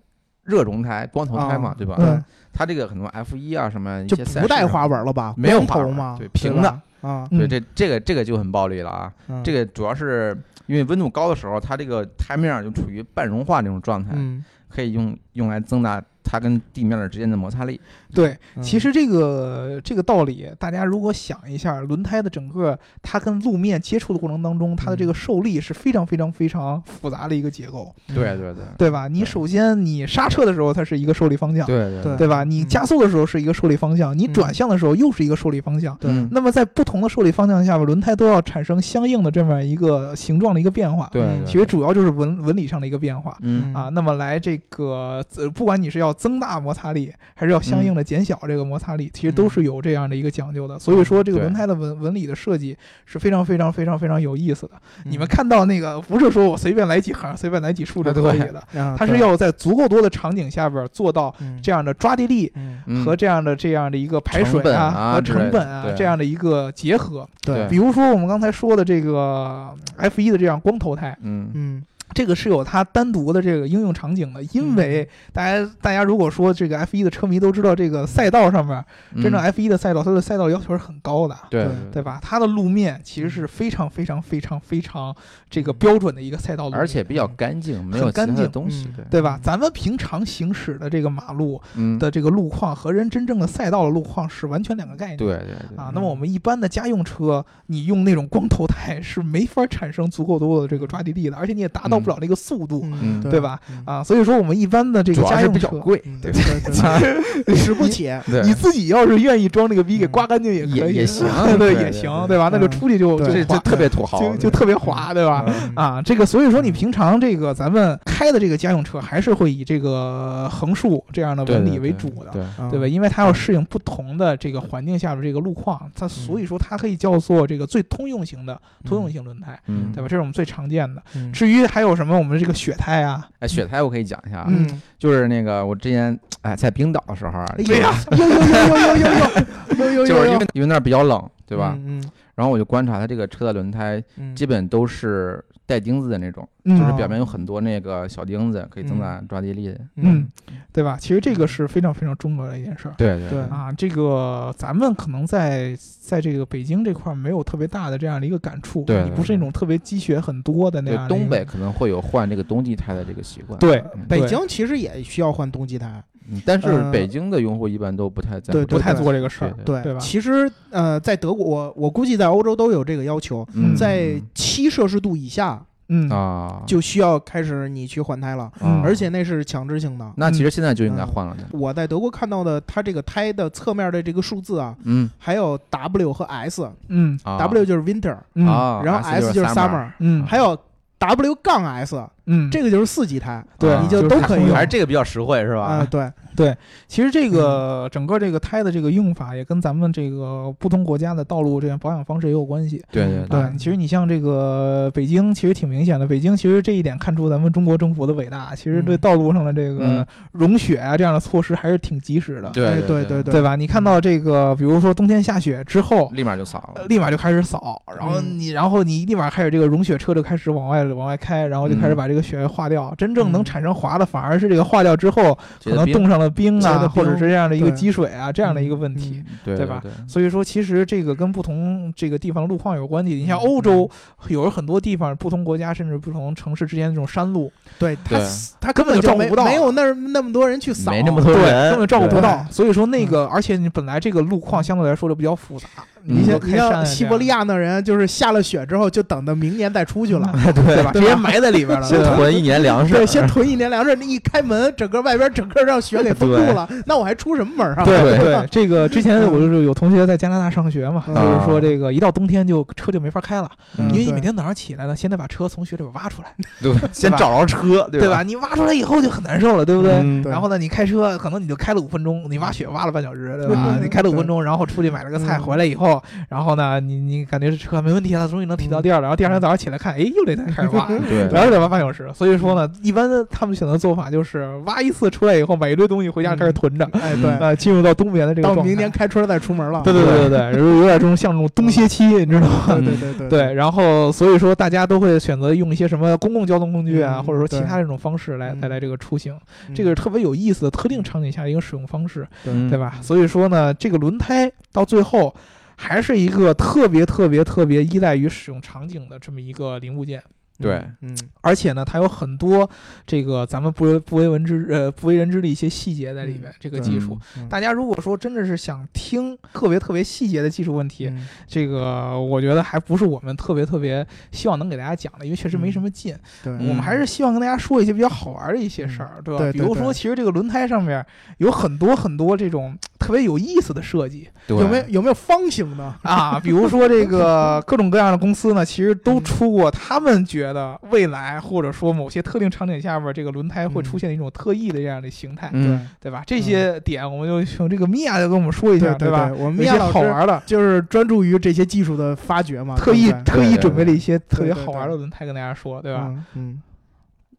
热熔胎、光头胎嘛，啊对吧？嗯它这个很多 F 一啊什么一就些赛不事带上花，纹了吧？没有光花头纹嘛，对吧平的啊，嗯对这这个这个就很暴力了啊！嗯这个主要是因为温度高的时候，它这个胎面儿就处于半融化这种状态，嗯，可以用用来增大它跟地面儿之间的摩擦力。对，嗯其实这个这个道理，大家如果想一下，轮胎的整个它跟路面接触的过程当中，它的这个受力是非常非常非常复杂的一个结构，嗯嗯对对对对吧？你对首先你刹车的时候，它是一个受力方向，对对对吧？你嗯加速的时候是一个受力方向，你转向的时候又是一个受力方向。对嗯那么在不同的受力方向下边，轮胎都要产生相应的这么一个形状的一个变化。对嗯对，其实主要就是纹纹理上的一个变化。嗯嗯啊，那么来这个，呃，不管你是要增大摩擦力，还是要相应的减小这个摩擦力，其实都是有这样的一个讲究的。所以说，这个嗯对轮胎的纹纹理的设计是非常非常非常非常有意思的。你嗯们看到那个，不是说我随便来几行，随便来几处就嗯啊对可以的，啊，它是要在足够多的场景下边做到这样，样的抓地力。嗯，嗯和这样的这样的一个排水成本啊啊和之类的成本啊对这样的一个结合，对，比如说我们刚才说的这个 F 一的这样光头胎，嗯嗯这个是有它单独的这个应用场景的，因嗯为大家大家如果说这个 F 1的车迷都知道，这个赛道上面嗯真正 F 1的赛道，它的赛道要求是很高的，对对对吧？它的路面其实嗯是非常非常非常非常这个标准的一个赛道路面，而且比较干净，没有嗯很干其他的净东西嗯，对吧？咱们平常行驶的这个马路嗯的这个路况和人真正的赛道的路况是完全两个概念。对对对啊，那么我们一般的家用车，你用那种光头胎是没法产生足够多的这个抓地力的，而且你也达到不了那个速度。嗯，嗯对对吧？嗯啊，所以说我们一般的这主个要家是用比车较，贵，嗯对对对嗯对，使不起，对你自己要是愿意装这个逼给嗯刮干净也可也以，也行对，对也对行，对对吧？那就嗯出去就对就这这滑，特别土豪，就就对特别滑，对吧？嗯啊，这个所以说你平常这个咱们开的这个家用车还是会以这个横竖这样的对纹对理为对主的，对，嗯对吧？？因为它要适应不同的这个环境下的这个路况，它所以说它可以叫做这个最通用型的通用型轮胎，嗯对吧？这是我们最常见的。嗯至于还有什么我们这个雪胎啊，哎，雪胎我可以讲一下啊，嗯就是那个我之前哎在冰岛的时候啊，哎呀，呦呦呦呦呦呦哎呦呦呦，就是因为因为那儿比较冷，对吧？嗯，然后我就观察它这个车的轮胎，嗯基本都是带钉子的那种，嗯就是表面有很多那个小钉子，可以增大抓地力的。嗯嗯，对吧？其实这个是非常非常中国的一件事儿对对对啊。这个咱们可能在在这个北京这块儿没有特别大的这样的一个感触，对你不是那种特别积雪很多的那对样的一个东北可能会有换这个冬季胎的这个习惯。对嗯对北京其实也需要换冬季胎，嗯但是呃北京的用户一般都不太在对乎对不这太个做这个事儿对。对对，对吧其实呃，在德国，我我估计在欧洲都有这个要求，嗯在七摄氏度以下嗯啊，就需要开始你去换胎了，啊而且那是强制性的。那其实现在就应该换了的。我在德国看到的，它这个胎的侧面的这个数字啊，嗯还有 W 和 S，W 嗯啊就是 Winter，嗯啊，然后 S S 就是 summer， Summer，嗯，还有 W 杠 S 嗯，这个就是四级胎，啊对你就就是都看可以空用调还是这个比较实惠是吧？啊，对，其实这个嗯整个这个胎的这个用法也跟咱们这个不同国家的道路这样保养方式也有关系。对对嗯对，其实你像这个北京，其实挺明显的。北京其实这一点看出咱们中国政府的伟大，其实对嗯道路上的这个嗯融雪啊这样的措施还是挺及时的，哎对对对，对，吧？你看到这个，比如说冬天下雪之后，立马就扫呃了。立马就开始扫，然后嗯你，然后你立马开始这个融雪车就开始往外往外开，然后就开始嗯把这个雪化掉。真正能嗯产生滑的，反而是这个化掉之后，可觉得能冰冻上了冰结啊，的或者冰是这样的一个对积水啊，这样的一个问嗯题。对对吧？所以说，其实这个跟不同这个地方路况有关系。你像嗯欧洲，有很多地方，不同国家甚至不同城市之间的这种山路，对对他他根根本就照顾没不到没有那儿那么多人去扫，没那么多人，根本照顾不对到。对嗯所以说，那个而且你本来这个路况相对来说就比较复杂，你嗯说像你开山啊像西伯利亚那人，就是下了雪之后就等到明年再出去了，对 [laughs] 吧？直对接吧埋在里边了，先对吧？囤一年粮食对，，先囤一年粮食，那一开门，整个外边整个让雪给封住了，那我还出什么门啊？ [laughs] 对对，这个之前我就是有同学在加拿大上学嘛，嗯就是说这个一到冬天就车就没法开了，嗯因为你对每天早上起来呢，先得把车从雪里边挖出来，对吧，先找着车，对吧吧？？你挖出来以后就很难受了，对不对？嗯对然后呢，你开车可能你就开了五分钟，你挖雪挖了半小 [laughs] 时，对吧？嗯你开了五分钟，然后出去买了个菜，嗯回来以后，然后呢，你你感觉这车没问题了，终于能提到嗯地儿了。然后第二天早上起来看，哎，又得再开始 [laughs] [laughs] 挖，对然后又得挖半小时。所以说呢，一般他们选择做法就是挖一次出来以后，买一堆东西回家开始囤着，哎对，呃，进入到冬眠的这个到状态。明年开春再出门了。对对对对对，有有点这种像这种冬歇期，你知道吗？嗯对嗯对对对，然后所以说大家都会选择用一些什么公共交通工具啊，嗯或者说其对他这种方式来嗯来来这个出行，嗯这个是特别有意思的特定场景下的一个使用方式。嗯对吧？所以说呢，这个轮胎到最后还是一个特别特别特别依赖于使用场景的这么一个零部件，对，嗯而且呢，它有很多这个咱们不为不为人知呃不为人知的一些细节在里面。这个技术，嗯大家如果说真的是想听特别特别细节的技术问题，嗯这个我觉得还不是我们特别特别希望能给大家讲的，因为确实没嗯什么劲。对，我们嗯还是希望跟大家说一些比较好玩的一些事儿，对吧？嗯对比对如对说，其实这个轮胎上面有很多很多这种特别有意思的 [laughs] 设计对有没有有没有方形的？啊，比如说这个各种各样的公司呢，其实都嗯出过他们觉得未来或者说某些特定场景下面这个轮胎会嗯出现一种特异的这样的形态，嗯，对吧？这些点我们就请这个米娅就跟我们说一对下，对对吧？我们有一亚些老好师玩的。就是专注于这些技术的发掘嘛，特意啊对不对特意对对准备了一些特对别对好玩对的轮胎跟大家说，对吧？？嗯，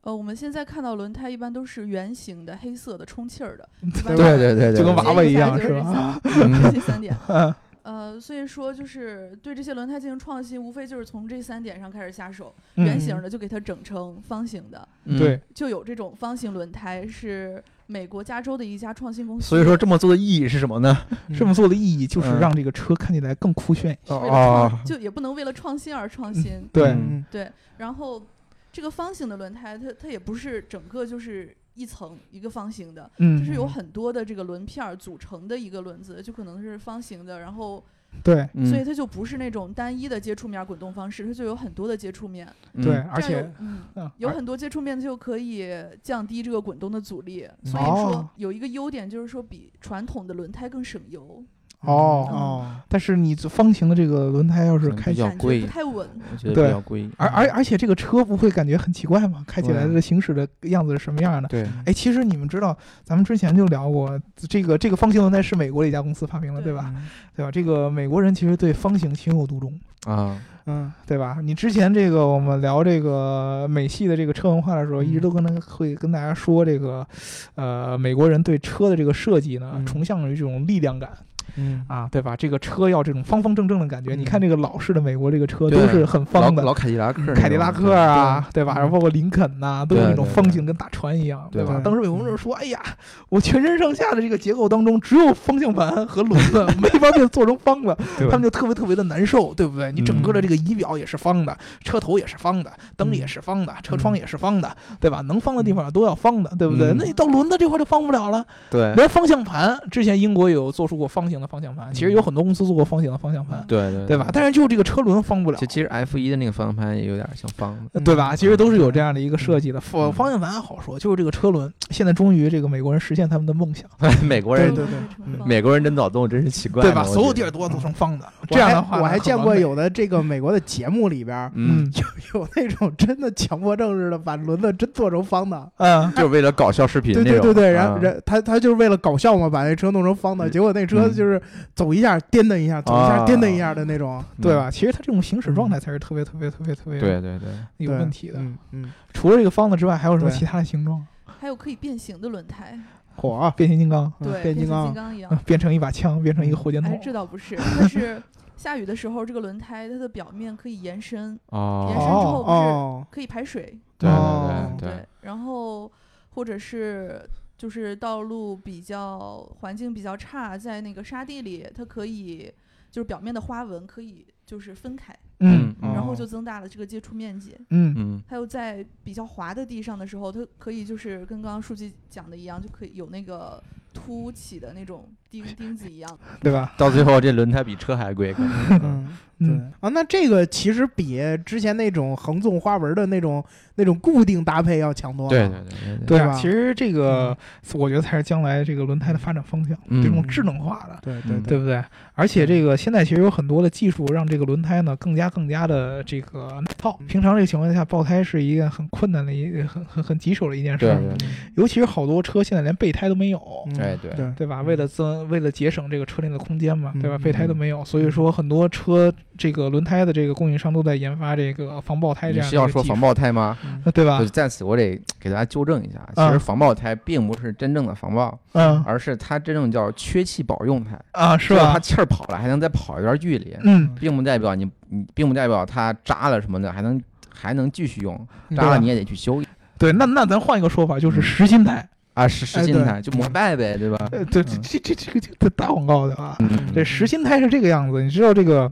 呃，我们现在看到轮胎一般都是圆形的、黑色的、充气儿的，对对对对，对就跟娃娃一样直接是下来就是 [laughs] 嗯三这三点。嗯呃，所以说就是对这些轮胎进行创新，无非就是从这三点上开始下手。嗯圆形的就给它整成方形的，嗯对，就有这种方形轮胎是美国加州的一家创新公司。所以说这么做的意义是什么呢？嗯这么做的意义就是嗯让这个车看起来更酷炫。为了创哦就也不能为了创新而创 [laughs] 新。对嗯对，然后这个方形的轮胎，它它也不是整个就是一层一个方形的，它嗯，是有很多的这个轮片儿组成的一个轮子，就可能是方形的，然后对嗯嗯所以它就不是那种单一的接触面儿滚动方式，它就有很多的接触面，嗯对，而这样且有嗯。嗯有而很多接触面就可以降低这个滚动的阻力，所以哦说有一个优点就是说比传统的轮胎更省油，嗯哦，哦，但是你这方形的这个轮胎要是开起，比较感觉贵不太稳。我觉得对比较贵，而而而且这个车不会感觉很奇怪吗？开起来对的行驶的样子是什么样的？哦对哎，其实你们知道，咱们之前就聊过，这个这个方形轮胎是美国的一家公司发明的，对对吧？嗯对吧？这个美国人其实对方形情有独钟， [laughs] 啊，嗯，对吧？你之前这个我们聊这个美系的这个车文化的时候，嗯一直都跟他会跟大家说这个，呃，美国人对车的这个设计呢，嗯崇尚于这种力量感。嗯啊，对吧？这个车要这种方方正正的感觉。嗯你看这个老式的美国这个车都对是很老方的，老凯迪拉克那种，凯迪拉克啊，对吧？嗯然后包括林肯呐、都有对那种对方对形跟大船一样，对吧？对当时有人就说：“哎呀，我全身上下的这个结构当中，只有方向盘和轮子 [laughs] 没法被做成方的，对他们就特别特别的难受，对不对？你整个的嗯这个仪表也是方的，车头也是方的，灯嗯也是方的，车窗也是方的，对吧？能方的地方都要方的，对不对？嗯那你到轮子这块就方不了了。对连方向盘，之前英国有做出过方型的方向盘。其实有很多公司做过方形的方向盘，对对对吧？？但是就这个车轮方不了嗯其，其实 F 一的那个方向盘也有点像方 [laughs] 的，对吧？其实都是有这样的一个设计的。嗯方方向盘还好说，就是这个车轮，现在终于这个美国人实现他们的梦想，美国对人对嗯对对成功美国人真脑洞，真是奇怪了，对吧？我所有觉地得儿都做成方的，我这样还的话我呢还见过，有的这个美国的节目里边儿很完美嗯，嗯有那种真的强迫症似的，把轮子真做成方的。嗯，就是为了搞笑视频对那对种，对对，然啊后然他他就是为了搞笑嘛，把那车弄成方的，嗯结果那车就是走一下颠蹬一下，走一下啊颠蹬一下的那种，对？嗯吧？其实它这种行驶状态才是特别特别特别特别对对对，有对问题的。嗯嗯，除了这个方的之外，还有什么对其他的形状？还有可以变形的轮胎，火变形金刚， [laughs] 嗯对，变变形形金刚金刚一样 [laughs] 嗯。变成一把枪，变成一个火箭哎筒，，这倒不是，但是下雨的时候，这个轮胎它的表面可以延伸，延伸之哦，后不是哦，可以排水，对哦对对对，然后或者是就是道路比较环境比较差，在那个沙地里，它可以就是表面的花纹可以就是分开，嗯，嗯然后就哦增大了这个接触面积。嗯，嗯，还有在比较滑的地上的时候，它可以就是跟刚刚书记讲的一样，就可以有那个凸起的那种钉钉子一样。对吧？到最后这轮胎比车还贵，可能嗯嗯。对啊，那这个其实比之前那种横纵花纹的那种那种固定搭配要强多了。 [laughs] 对对对对对对啊，吧嗯其实这个我觉得才是将来这个轮胎的发展方向，嗯这种智能化的，对对嗯对不对？而且这个现在其实有很多的技术让这个轮胎呢更加更加的这个耐操。嗯平常这个情况下，爆胎是一件很困难的一个很很很棘手的一件事对儿，对尤其是好多车现在连备胎都没有。嗯哎对对对吧？为了增，为了节省这个车内的空间嘛，对吧？嗯备胎都没有，所以说很多车这个轮胎的这个供应商都在研发这个防爆胎这你样是的一要个说技防术，爆胎吗？嗯对吧就？在此我得给大家纠正一下，其啊实防爆胎并不是真正的防爆，嗯而是它真正叫缺气保用胎，啊，是只有它吧？气儿跑了还能再跑一段距离，嗯，并不代表你你并不代表它扎了什么的还能还能继续用，对扎吧了你也得去修对，那那咱换一个说法，嗯就是实心胎。啊，实实心对胎就膜拜呗，对吧？呃，哎 [laughs] 对，这这这这个这个打广告的啊。嗯，这实心胎是这个样子，你知道这个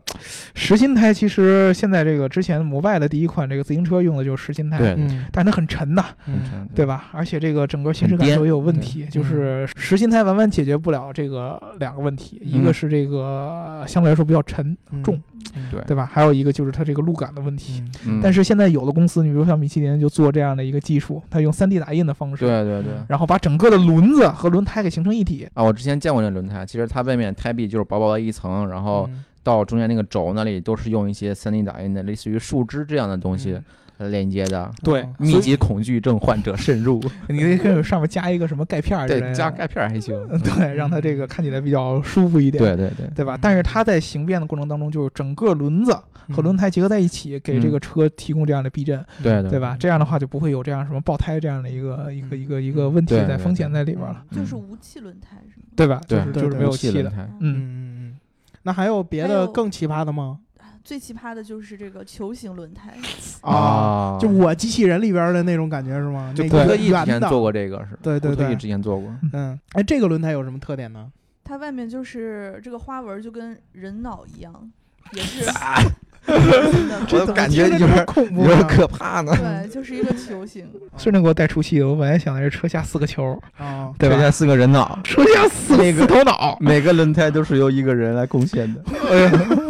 实心胎其实现在这个之前摩拜的第一款这个自行车用的就是实心胎，对嗯但它很沉呐，嗯嗯对吧？而且这个整个行驶感受也有问题，就是实心胎完完解决不了这个两个问题，一个嗯是这个相对来说比较沉，嗯重嗯对对吧？还有一个就是它这个路感的问题。嗯哎嗯但是现在有的公司，你比如像米其林就做这样的一个技术，它用 3D 打印的方式，对对对。然后把整个的轮子和轮胎给形成一 [laughs] 体。啊，我之前见过那轮胎，其实它外面胎壁就是薄薄的一层，然后嗯到中间那个轴那里都是用一些 3D 打印的，类似于树枝这样的东西来连接的。对哦密集恐惧症患者慎入，你可以跟上面加一个什么钙片儿之类对，的，加钙片儿还行。对，让它这个看起来比较舒服一点， [laughs] 对对对，对吧嗯？但是它在形变的过程当中，就是整个轮子和轮胎结合在一起，给这个车提供这样的避震，对对对吧？这样的话就不会有这样什么爆胎这样的一个一个一个一个问题嗯对在对风险对在里边了，就是嗯无气轮胎是吗？哦对吧？就对是对就是对没有无气气的轮，胎嗯，嗯嗯，那还有别还的有更奇葩的吗？最奇葩的就是这个球形轮胎，啊啊就我机器人里边的那种感觉是吗？就那胡个特义之圆前的，做过这个是，对对胡特对义，之前做过，嗯，哎，这个轮胎有什么特点呢？它外面就是这个花纹就跟人脑一样，也 [laughs] 是球我都形的感觉这有多点恐怖有点啊！可怕 [laughs] 呢。对，就是一个球形。顺便给我带出戏的，我本来想的是车下四个球，哦啊，对剩吧？下四个人 [laughs] 脑，车下四那个四头脑，每个轮胎都是由一个人来贡献的。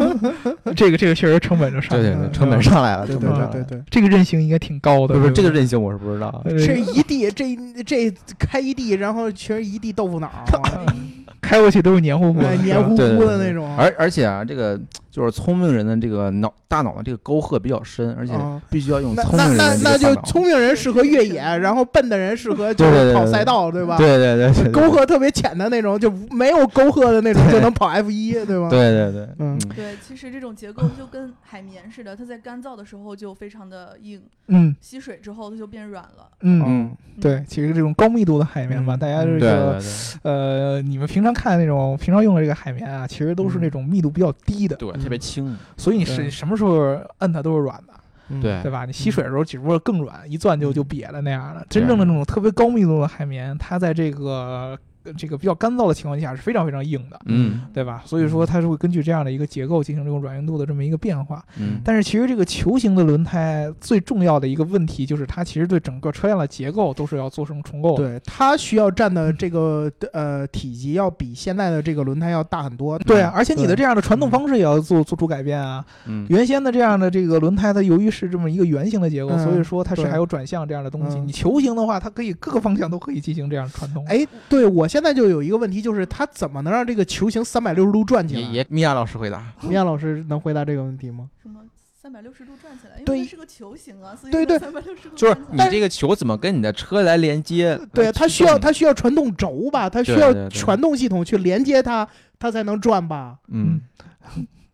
[laughs] 这个这个确实成本就上对去对了对，，成本上来了，对成对本上嗯对来对了。对，这个韧性应该挺高的，不是这个韧韧性我是不知道的，啊这一地这这开一地，然后全是一地豆腐脑啊儿，嗯开过去都是黏糊糊哎的，黏糊糊对对的对那种。而而且啊，这个就是聪明人的这个脑大脑的这个沟壑比较深，而且啊必须要用那聪那明人那的那这就个大脑聪明人适合越野，然后笨的人适合就对对是对跑对赛对道，对吧？对对对对对，沟壑特别浅的那种，就没有沟壑的那种就能跑 F 一，对吧？对对对，嗯嗯，对，其实这种结构就跟海绵似的，它在干燥的时候就非常的硬，嗯吸水之后它就变软了。嗯嗯。嗯对，其实这种高密度的海绵吧，嗯大家这对个对呃，你们平常看那种平常用的这个海绵啊，其实都是那种密度比较低的，嗯对嗯对，特别轻，所以你对是什么时候摁它都是软的，嗯对对吧？你吸水的时候只不过更软，一攥就就瘪了那样的。对真正的那种特别高密度的海绵，它在这个呃这个比较干燥的情况下是非常非常硬的，嗯对吧？所以说它是会根据这样的一个结构进行这种软硬度的这么一个变化。嗯，但是其实这个球形的轮胎最重要的一个问题就是它其实对整个车辆的结构都是要做成重构的。对，它需要占的这个呃体积要比现在的这个轮胎要大很多。对啊，而且你的对这样的传动方式也要做做出改变啊。嗯原先的这样的这个轮胎，它由于是这么一个圆形的结构，嗯所以说它是对还有转向这样的东西。嗯你球形的话，它可以各个方向都可以进行这样的传动。哎，对我现在就有一个问题，就是它怎么能让这个球形三百六十度转起也来？也米娅老师回答，米娅老师能回答这个问题吗？什么三百六十度转起来，因对为它是个球形啊，所以对对三百六十度就是转起你来这个球怎么跟你的车来连接？呃嗯对，来它驱需要动它需要传动轴吧，它需对要对对传动系统去连接它，它才能转吧。嗯，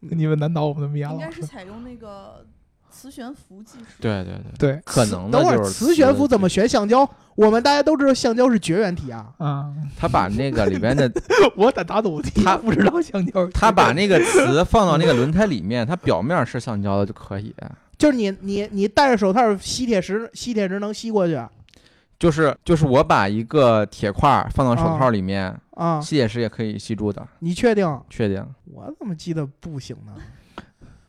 你们难倒我们的嗯米娅应老该是师。采用那个磁悬浮技术。对对对，对可能的等会儿就是磁悬浮怎么悬橡胶？我们大家都知道橡胶是绝缘体啊。啊，他把那个里 [laughs] 边的我打打赌，他不知道橡胶。他把那个磁放到那个轮胎里面，它表面是橡胶的就可以。啊就是你你你戴着手套吸铁石，吸铁石能吸过去啊？就是就是我把一个铁块儿放到哦手套里面，啊吸铁石也可以吸住的，你确定？确哦定？我怎么记得不行呢？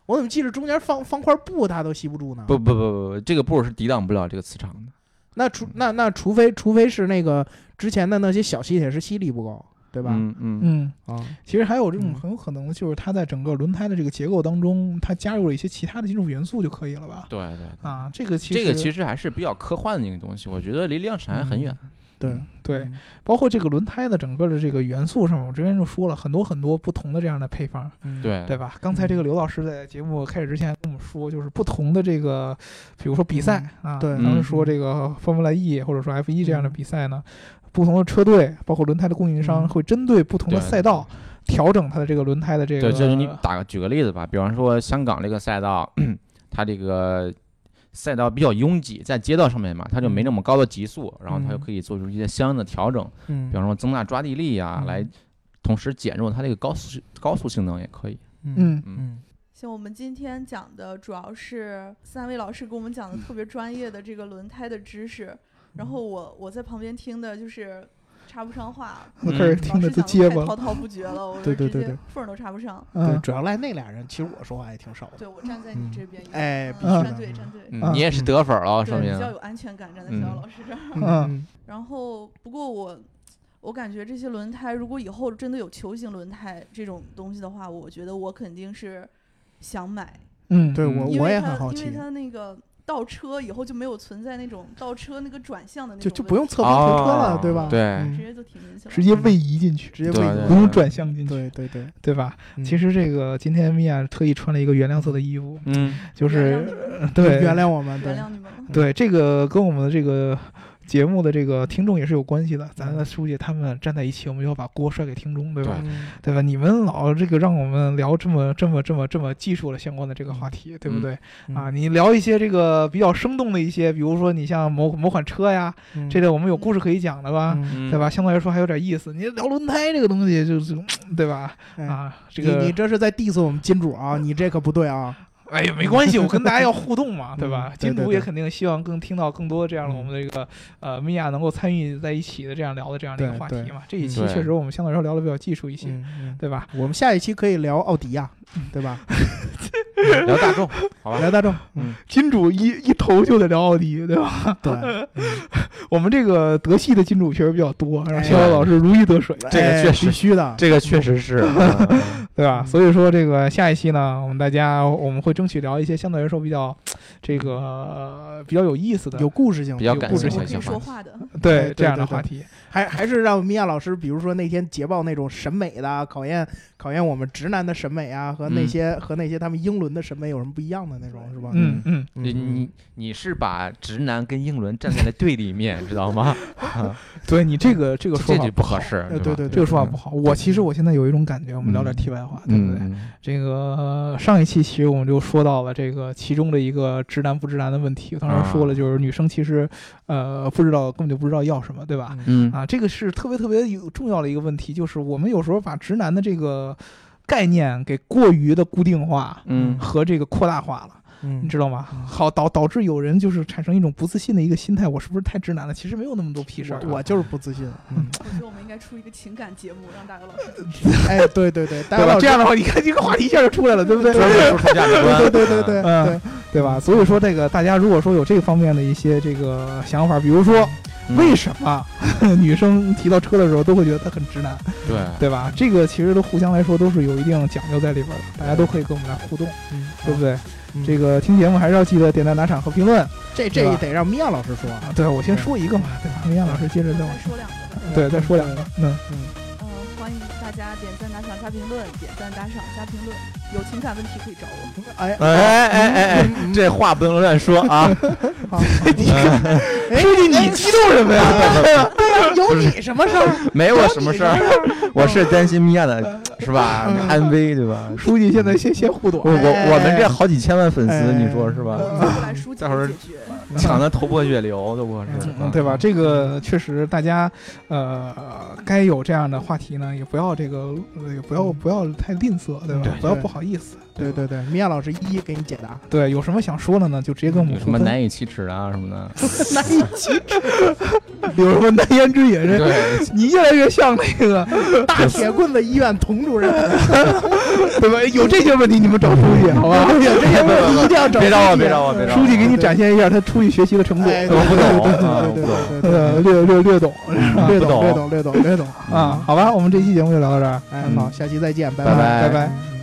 我怎么记得中间放放块布它都吸不住呢？不，不不不不，这个布是抵挡不了这个磁场的。那除那那除非除非是那个之前的那些小吸铁石吸力不够，对吧？嗯嗯嗯，啊，其实还有这种嗯很有可能就是它在整个轮胎的这个结构当中，它加入了一些其他的金属元素就可以了吧？对对对。啊，这个其实嗯这个其实还是比较科幻的一个东西，我觉得离量产还很远。对嗯对，，包括这个轮胎的整个的这个元素上面，我之前就说了很多很多不同的这样的配方，嗯，对对吧？刚才这个刘老师在节目开始之前跟我们说，就是不同的这个，比如说比赛啊，对当时嗯说这个 Formula E 或者说 F 1这样的比赛呢，不同的车队，包括轮胎的供应商，嗯会针对不同的对赛道调整它的这个轮胎的这个。对，就是你打个举个例子吧，比方说香港这个赛道，它这个赛道比较拥挤，在街道上面嘛，它嗯就没那么高的级速，然后它就嗯可以做出一些相应的调整，嗯比方说增大抓地力啊，嗯来同时减弱它这个高速高速性能也可以。嗯，嗯嗯行，我们今天讲的主要是三位老师给我们讲嗯的特别专业的这个轮胎的知识，然后我我在旁边听的就是插不上 [laughs] 话，我开始嗯听老师着都讲结的太巴了滔。滔不绝 [laughs] 了，我对就对直对接对缝儿都插不上。对，嗯，主要赖那俩人，其实我说话也挺少的。对我站在你这边一样，哎必须的嗯站队站队，嗯啊你也是得粉儿了，说对，比较明。有安全感，站在小姚老师这儿。嗯然后，不过我我感觉这些轮胎，如果以后真的有球形轮胎这种东西的话，我觉得我肯定是想买，嗯，对嗯我因我也为很它好因为奇，它那个倒车以后就没有存在那种倒车那个转向的那就种问题，就不用侧方停车了，哦对吧？对嗯直接就停进去了。直接位移进去，直接对喂对不用转向进去，对对对，对吧？嗯其实这个今天米娅特意穿了一个原亮色的衣服，嗯，就原谅是你们对原谅我们，对原谅你们了。嗯对，这个跟我们的这个节目的这个听众也是有关系的。咱嗯书记他们站在一起，我们要把锅甩给听众，对吧？嗯对吧？你们老这个让我们聊这么这么这么这么技术的相关的这个话题，对不对？嗯啊，你聊一些这个比较生动的一些，比如说你像某某款车呀，嗯这类我们有故事可以讲的吧？嗯对吧？相对来说还有点意思。你聊轮胎这个东西，就是对吧？哎啊，这你个你这是在 diss 我们金主啊！你这可不对啊！哎呀，没关系，我跟大家要互动嘛， [laughs] 嗯对嗯吧？对金对主也对肯定希望更听到更多这样的我们的一个呃米娅能够参与在一起的这样聊的这样的一个对话对题嘛。这一嗯期对确实我们相对来说聊的比较技术一些，嗯，对吧？我们下一期可以聊奥迪呀，对吧？聊大众，好吧聊？大众， [laughs] 金主一一头就得聊奥迪，对吧？对，我们这个德系的金主确实比较多，让哎逍遥老师如鱼得水，这个哎确实必须的，这个确实是，嗯对吧？嗯所以说这个下一期呢，我们大家我们会争取聊一些相对来说比较这个、呃比较有意思的，有故事性，比较有感故性事我的可性，以小说话。话的，哎对对这样的对对话题。还还是让米娅老师，比如说那天捷报那种审美的，考验考验我们直男的审美啊，和那嗯些和那些他们英伦的审美有什么不一样的那种，是吧？嗯嗯，你你你是把直男跟英伦站在了对立面，知道吗？对你这个这个说这法就不合适，呃吧对对这个说法不好。好。我其实我现在有一种感觉，我们聊点题外话，对不对？嗯，嗯这个呃上一期其实我们就说到了这个其中的一个直男不直男的问题，我当时说了，就是女生其实呃不知道根本就不知道要什么，对吧？嗯啊，这个是特别特别有重要的一个问题，就是我们有时候把直男的这个概念给过于的固定化嗯和这个扩大化了。你嗯，知道吗？好导导致有人就是产生一种不自信的一个心态，我是不是太直男了？其实没有那么多屁事儿啊、我我就是不自信。嗯我觉得我们应该出一个情感节目，让大姚老师主持。哎，对对对，大家对吧？老这样的话，你看这个话题一下就出来了，对不对？专门说出价值观，对对对对嗯对嗯， [laughs] 对吧？所以说，这个大家如果说有这方面的一些这个想法，比如说嗯为什么 [laughs] 女生提到车的时候都会觉得她很直嗯男，对对吧？这个其实都互相来说都是有一定讲究在里边的，大家都可以跟我们来互动，嗯对不对嗯？这个听节目还是要记得点赞、打赏和评论啊！这对这吧得让米娅老师说啊。对我先说一个嘛，对吧？明亚老师接着再往再下，说两个吧。对，再说两个，嗯。嗯，欢迎大家点赞、打赏、加评论，点赞、打赏、加评论。有情感问题可以找我。哎哎哎哎哎，这话不能乱说啊！哎，兄弟，你激动什么 [laughs] 呀？有不是你什么事 [laughs] 儿？没我什么事儿，我是担心米娅的，嗯是吧？安危对吧？ [laughs] 书记现在先先护短我，我我们这哎好几千万粉丝，你说是吧？嗯我们后来书籍待会儿解决。抢得头破血流的，我是嗯，对吧？？这个确实，大家呃，该有这样的话题呢，也不要这个，呃也不要不要太吝啬，对吧？对不要对不好意思，对吧对对，米娅老师一一给你解 [laughs] 答。对，有什么想说的呢，就直接跟我们有什互么动难以启齿啊什么的？难以启齿， [laughs] 有什么难言之隐， [laughs] 人对， [laughs] 你越来越像那个，大铁棍子医院佟主任。对吧？有这些问题你们找书记，好吧？有这些 [laughs] 问题一定要找别找我，别我。找我，别找我！书记给你展现一下他出去学习的成果，哎，我对不懂啊对对对对对 [laughs] 呃，略略 [laughs] 略懂对，略不懂懂略懂略懂略懂。啊。好吧，我们这期节目就聊到这儿，哎，嗯好，下期再见，拜拜拜拜。嗯